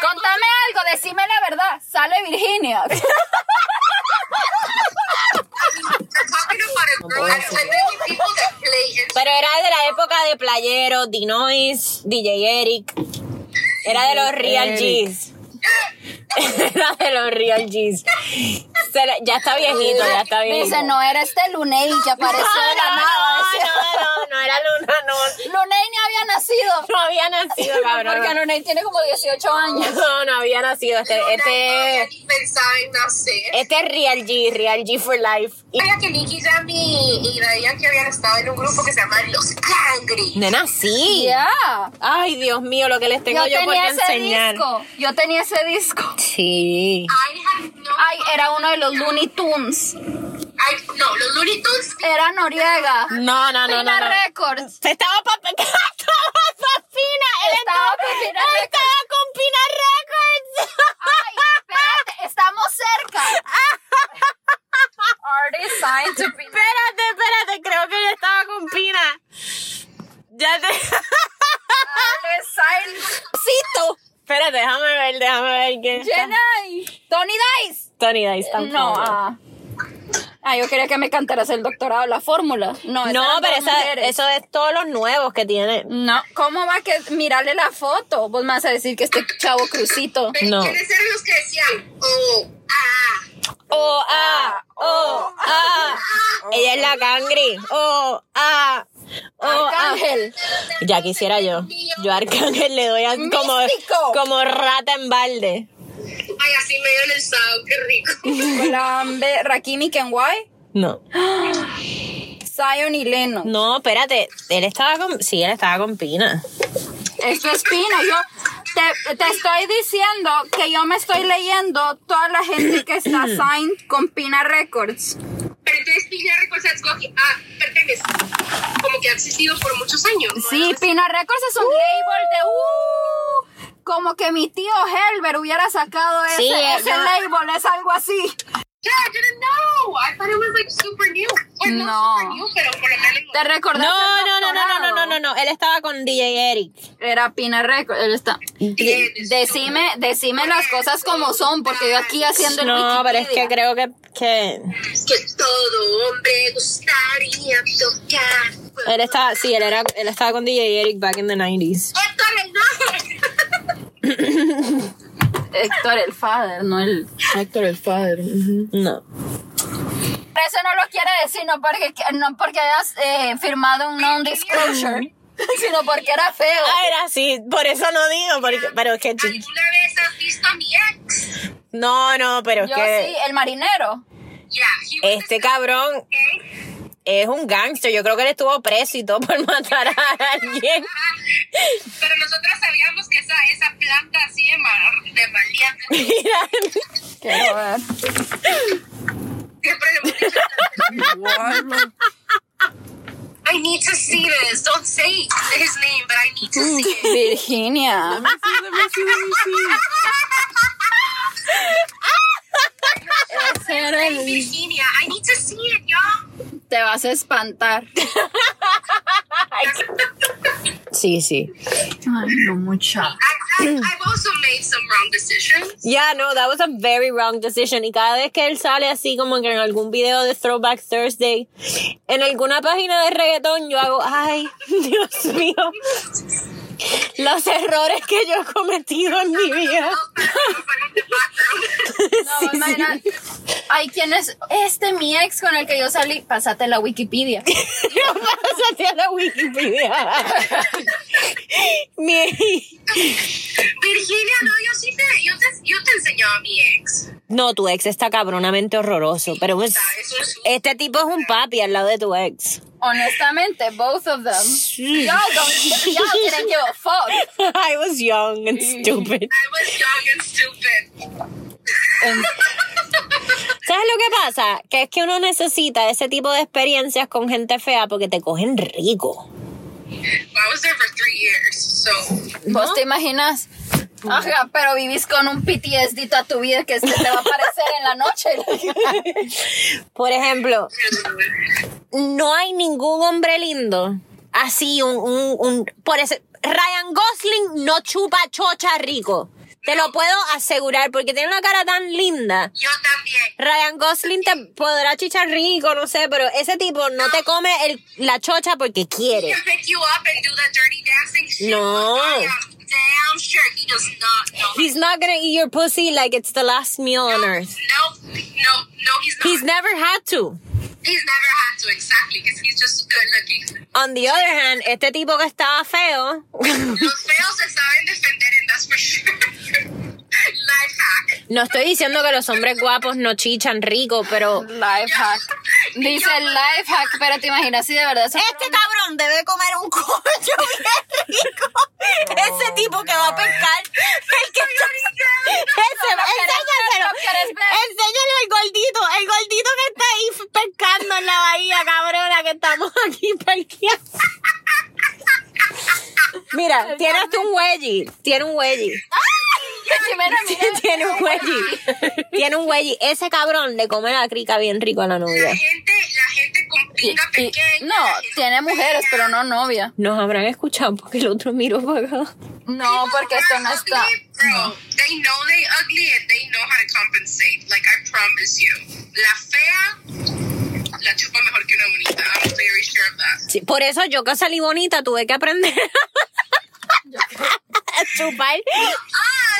Speaker 1: Contame algo, decime la verdad. Sale Virginia.
Speaker 2: Talking about a girl and so many people that play and
Speaker 3: Pero era de la época de Playero, Dinois, DJ Eric. Era de los Real G's. [LAUGHS] Era de los Real G's. Se le- ya está viejito, ya está viejito.
Speaker 1: Dice, no, era este Luney que apareció de la
Speaker 3: [LAUGHS] no,
Speaker 1: nada.
Speaker 3: no,
Speaker 1: decía.
Speaker 3: no, no, no era Luna, no.
Speaker 1: Luney ni había nacido.
Speaker 3: [LAUGHS] No había nacido,
Speaker 1: Porque
Speaker 3: cabrón.
Speaker 1: Luney tiene como 18 años.
Speaker 3: [LAUGHS] No, no había nacido. Este,
Speaker 2: Nadie
Speaker 3: este,
Speaker 2: ni pensaba en nacer.
Speaker 3: este es Real G, Real G for life. Y-
Speaker 2: Sabía que Nicky Jam y, y Daddy Yankee habían estado en un grupo que se llama Los Cangri.
Speaker 3: Nena, sí.
Speaker 1: Yeah.
Speaker 3: Ay, Dios mío, lo que les tengo yo, por qué enseñar.
Speaker 1: disco. Yo tenía ese disco.
Speaker 3: Sí.
Speaker 2: I had no,
Speaker 1: Ay, era uno de los Looney Tunes.
Speaker 2: I- no, los Looney Tunes
Speaker 1: Era Noriega.
Speaker 3: No, no, no, no.
Speaker 1: Pina
Speaker 3: no.
Speaker 1: Records.
Speaker 3: Se estaba pa [LAUGHS] estaba pa Pina. Él
Speaker 1: Estaba
Speaker 3: estaba,
Speaker 1: pa Pina
Speaker 3: él
Speaker 1: Records.
Speaker 3: estaba con Pina Records. [LAUGHS]
Speaker 1: Ay, espérate, estamos cerca. Artist signed to Pina.
Speaker 3: espérate, espérate, creo que yo estaba con Pina. Ya te [LAUGHS]
Speaker 1: Ah. Artist signed.
Speaker 3: Cito. Espérate, déjame ver, déjame ver quién está.
Speaker 1: Jenna y Tony Dice.
Speaker 3: Tony Dice tampoco.
Speaker 1: No, ah. Ah, yo quería que me cantaras el doctorado, la fórmula. No, esas
Speaker 3: No,
Speaker 1: eran
Speaker 3: pero
Speaker 1: dos
Speaker 3: esa-
Speaker 1: mujeres.
Speaker 3: eso es todos los nuevos que tiene.
Speaker 1: No, ¿cómo va que mirarle la foto? Vos me vas a decir que este chavo crucito.
Speaker 2: Pero
Speaker 3: No.
Speaker 2: eh, ¿Quiénes eran los que decían? Oh, ah.
Speaker 3: Oh, ah, oh, ah. Ella
Speaker 1: oh.
Speaker 3: es la cangri. Oh, ah, oh, ah.
Speaker 1: Arcángel.
Speaker 3: Ya quisiera yo. Yo a Arcángel le doy a- como,
Speaker 1: Místico.
Speaker 3: como rata en balde.
Speaker 2: Ay, así me dio el estado, qué rico.
Speaker 1: Colambe, Rakimi Kenway,
Speaker 3: No.
Speaker 1: Zion y Leno.
Speaker 3: No, espérate. Él estaba con. Sí, él estaba con Pina.
Speaker 1: Esto es pino. Yo te, te estoy diciendo que yo me estoy leyendo toda la gente que
Speaker 3: [CLEARS THROAT]
Speaker 1: está signed con Pina Records.
Speaker 2: Pero entonces Pina Records es como que, ah, pertenece. Como que ha existido por muchos años. ¿no?
Speaker 1: Sí, Pina Records es un label de uh, como que mi tío Helber hubiera sacado ese,
Speaker 3: Sí,
Speaker 1: ese
Speaker 3: yo-
Speaker 1: label, es algo así.
Speaker 2: Yeah, I didn't know. I thought it was like super new. Or no,
Speaker 1: No.
Speaker 2: super new, pero por lo menos.
Speaker 1: ¿Te recordás?
Speaker 3: No,
Speaker 1: el
Speaker 3: no, no, no, no, no, no, no,
Speaker 1: doctorado?
Speaker 3: no. Él estaba con DJ Eric.
Speaker 1: Era Pina Records. él está-
Speaker 2: Bien,
Speaker 1: Decime, decime las cosas como son, porque yo aquí haciendo el
Speaker 3: No, pero es que
Speaker 1: Wikipedia.
Speaker 3: creo que, que
Speaker 2: Que todo hombre gustaría tocar.
Speaker 3: él estaba, sí, él era, él estaba con DJ Eric back in the 90s.
Speaker 2: Héctor el
Speaker 1: Héctor el father, no el...
Speaker 4: Héctor el padre.
Speaker 3: No.
Speaker 1: Eso no lo quiere decir, no porque, no porque hayas eh, firmado un [LAUGHS] non-disclosure, sino porque era feo.
Speaker 3: Ah, era así, por eso no digo,
Speaker 1: Ah,
Speaker 3: porque, pero es que
Speaker 2: ¿Alguna vez has visto a mi ex?
Speaker 3: no, no, pero es
Speaker 1: Yo
Speaker 3: que
Speaker 1: sí, el marinero.
Speaker 2: Yeah, he was
Speaker 3: este cabrón
Speaker 2: okay.
Speaker 3: es un gangster. Yo creo que él estuvo preso y todo por [LAUGHS] matar a alguien.
Speaker 2: Ah, Pero nosotras sabíamos que esa, esa planta así de, mar, de maleante
Speaker 3: Mira,
Speaker 1: Quiero ver.
Speaker 2: siempre le hemos dicho, I need to see this. Don't say his name, but I need to see it.
Speaker 1: Virginia.
Speaker 2: [LAUGHS]
Speaker 1: Ese era el-
Speaker 2: Virginia, I need to see it, y'all.
Speaker 1: Te vas a espantar.
Speaker 3: Sí, sí.
Speaker 1: Ay, no, mucha.
Speaker 2: I, I, I've also made some wrong decisions.
Speaker 3: Yeah, no, that was a very wrong decision. Y cada vez que él sale así como que en algún video de Throwback Thursday, en alguna página de reggaetón, yo hago, ay, [LAUGHS] Dios mío, los errores que yo he cometido en mi vida. [LAUGHS]
Speaker 1: No, Mayra, hay quienes. Este mi ex con el que yo salí. Pásate la [LAUGHS] Wikipedia.
Speaker 3: Pásate a la Wikipedia. Mi-
Speaker 2: Virginia, no, yo sí te, yo te, yo te enseñó a mi ex.
Speaker 3: No, tu ex está cabronamente horroroso, pero es-
Speaker 2: Es un su-
Speaker 3: este tipo es un papi al lado de tu ex. [LAUGHS]
Speaker 1: Honestamente, both of them. Y'all, don't, y'all didn't give a fuck.
Speaker 3: I was young and stupid.
Speaker 2: I was young and stupid.
Speaker 3: ¿Sabes lo que pasa? Que es que uno necesita ese tipo de experiencias con gente fea porque te cogen rico.
Speaker 2: I was there for three years, so
Speaker 1: ¿Vos te imaginas? Ajá, pero vivís con un PTSD toda tu vida que se te va a aparecer en la noche.
Speaker 3: Por ejemplo,
Speaker 2: yeah,
Speaker 3: no hay ningún hombre lindo así, un, un, un- por ese, Ryan Gosling no chupa chocha rico. Te lo puedo asegurar porque tiene una cara tan linda.
Speaker 2: yo también.
Speaker 3: Ryan Gosling te podrá chichar rico, no sé, pero ese tipo no te come el- la chocha porque quiere.
Speaker 2: He can pick you up and do that dirty dancing shit.
Speaker 3: No.
Speaker 2: but I am damn sure he does not know.
Speaker 3: He's not gonna eat your pussy like it's the last meal on earth.
Speaker 2: No, no, no, he's not.
Speaker 3: He's never had to.
Speaker 2: He's never had to exactly because he's just
Speaker 1: [CLEARS THROAT]
Speaker 2: good looking.
Speaker 3: On the other hand, este tipo que estaba feo.
Speaker 2: Los feos se saben defender, and that's for sure. [LAUGHS] Life hack.
Speaker 3: No estoy diciendo que los hombres guapos no chichan rico, pero.
Speaker 1: [LAUGHS] Life
Speaker 2: [LAUGHS]
Speaker 1: hack. Dice life hack, pero te imaginas si de verdad eso fuera
Speaker 3: Este cabrón debe comer un coño [LAUGHS] bien rico. Ese tipo que va a pescar. El que Ese,
Speaker 1: Lo querés ver,
Speaker 3: enséñaselo.
Speaker 1: lo querés ver.
Speaker 3: Enséñale el gordito. El gordito que está ahí pescando en la bahía, cabrona, que estamos aquí pescando. [LAUGHS] Mira, tiene hasta un wedgie. Tiene un wedgie.
Speaker 2: Ah,
Speaker 1: Jimena, mira.
Speaker 3: Tiene un wedgie. Tiene un wedgie. Ese cabrón le come la crica bien rico a la novia.
Speaker 2: La gente, la gente con
Speaker 1: Y-
Speaker 2: pinga
Speaker 1: y-
Speaker 2: pequeña.
Speaker 1: no,
Speaker 2: la gente
Speaker 1: tiene mujeres,
Speaker 2: fea.
Speaker 1: pero no novia.
Speaker 3: Nos habrán escuchado porque el otro miró para acá.
Speaker 1: No,
Speaker 2: People
Speaker 1: porque
Speaker 2: who
Speaker 1: esto
Speaker 2: are
Speaker 1: no [LAUGHS] está.
Speaker 2: ugly, Bro, they know they ugly and they know how to compensate. Like I promise you. La fea la chupa mejor que la bonita. I'm very sure of that.
Speaker 3: Sí, por eso yo que salí bonita tuve que aprender a chupar.
Speaker 2: Us,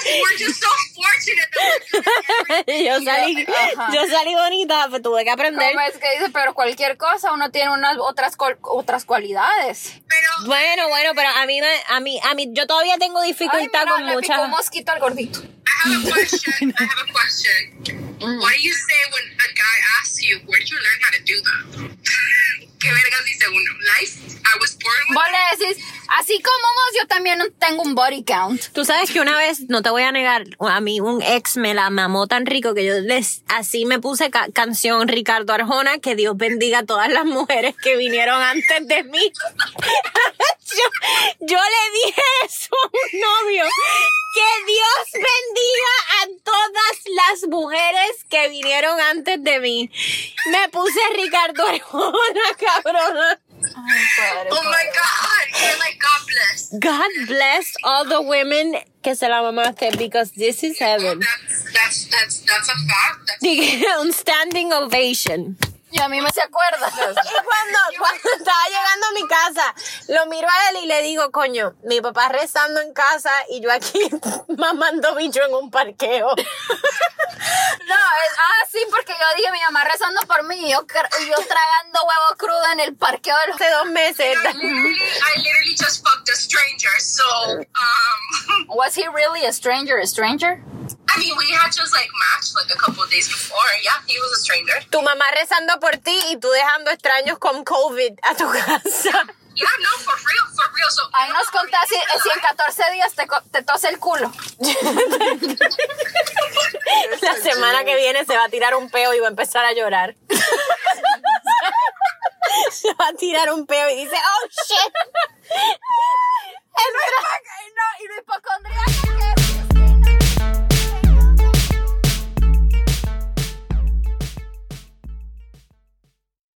Speaker 2: we're just so
Speaker 1: [LAUGHS]
Speaker 2: fortunate that we're
Speaker 3: Yo salí,
Speaker 1: Ajá.
Speaker 3: yo salí bonita, pues tuve que aprender.
Speaker 1: ¿Cómo es que dice? Pero cualquier cosa uno tiene unas otras col- otras cualidades.
Speaker 2: pero
Speaker 3: Bueno, bueno, pero a mí, me- a mí, a mí, yo todavía tengo
Speaker 1: Ay,
Speaker 3: dificultad
Speaker 1: mira,
Speaker 3: con
Speaker 1: le picó un
Speaker 3: muchas.
Speaker 1: mosquito al gordito.
Speaker 2: I have a question. I have a question.
Speaker 1: Mm.
Speaker 2: What do you say when a guy asks you, where did you learn how to do that? [LAUGHS] ¿Qué vergas dice uno? Life, I was born with
Speaker 1: Vos le decís, así como vos, yo también tengo un body count.
Speaker 3: Tú sabes que una vez, no te voy a negar, a mí un ex me la mamó tan rico que yo les, así me puse ca- canción Ricardo Arjona, que Dios bendiga a todas las mujeres que vinieron antes de mí. [LAUGHS] yo, yo le dije eso a un novio, que Dios bendiga a todas las mujeres que vinieron antes de mí. Me puse Ricardo Arjona, [LAUGHS] cabrona.
Speaker 2: Oh my god, you're like God bless.
Speaker 3: God bless all the women que se la mamaste, because this is heaven.
Speaker 2: That's that's that's that's a fact. That's
Speaker 3: Dije, un standing ovation.
Speaker 1: Y a mí me se acuerda.
Speaker 3: Y cuando, cuando estaba llegando a mi casa, lo miro a él y le digo, coño, mi papá rezando en casa y yo aquí [LAUGHS] mamando bicho en un [LAUGHS] parqueo.
Speaker 1: No, es, ah, sí, porque yo dije, mi mamá rezando por mí y yo, cr- y yo tragando huevo crudo en el parqueo de los...
Speaker 3: Hace dos meses.
Speaker 2: I literally, I literally just fucked a stranger. So, um, [LAUGHS]
Speaker 1: Was he really a stranger, a stranger?
Speaker 2: I mean, we had just like matched like a couple of days before. Yeah, he was a stranger.
Speaker 3: Tu mamá rezando por ti y tú dejando extraños con COVID a tu casa.
Speaker 2: Yeah, no, for real, for real. So,
Speaker 1: Ahí nos contás si, si en 14 días te, co- te tose el culo.
Speaker 3: [LAUGHS] La semana que viene se va a tirar un peo y va a empezar a llorar. [LAUGHS] Se va a tirar un peo y dice, oh shit.
Speaker 1: Y no, y no es poco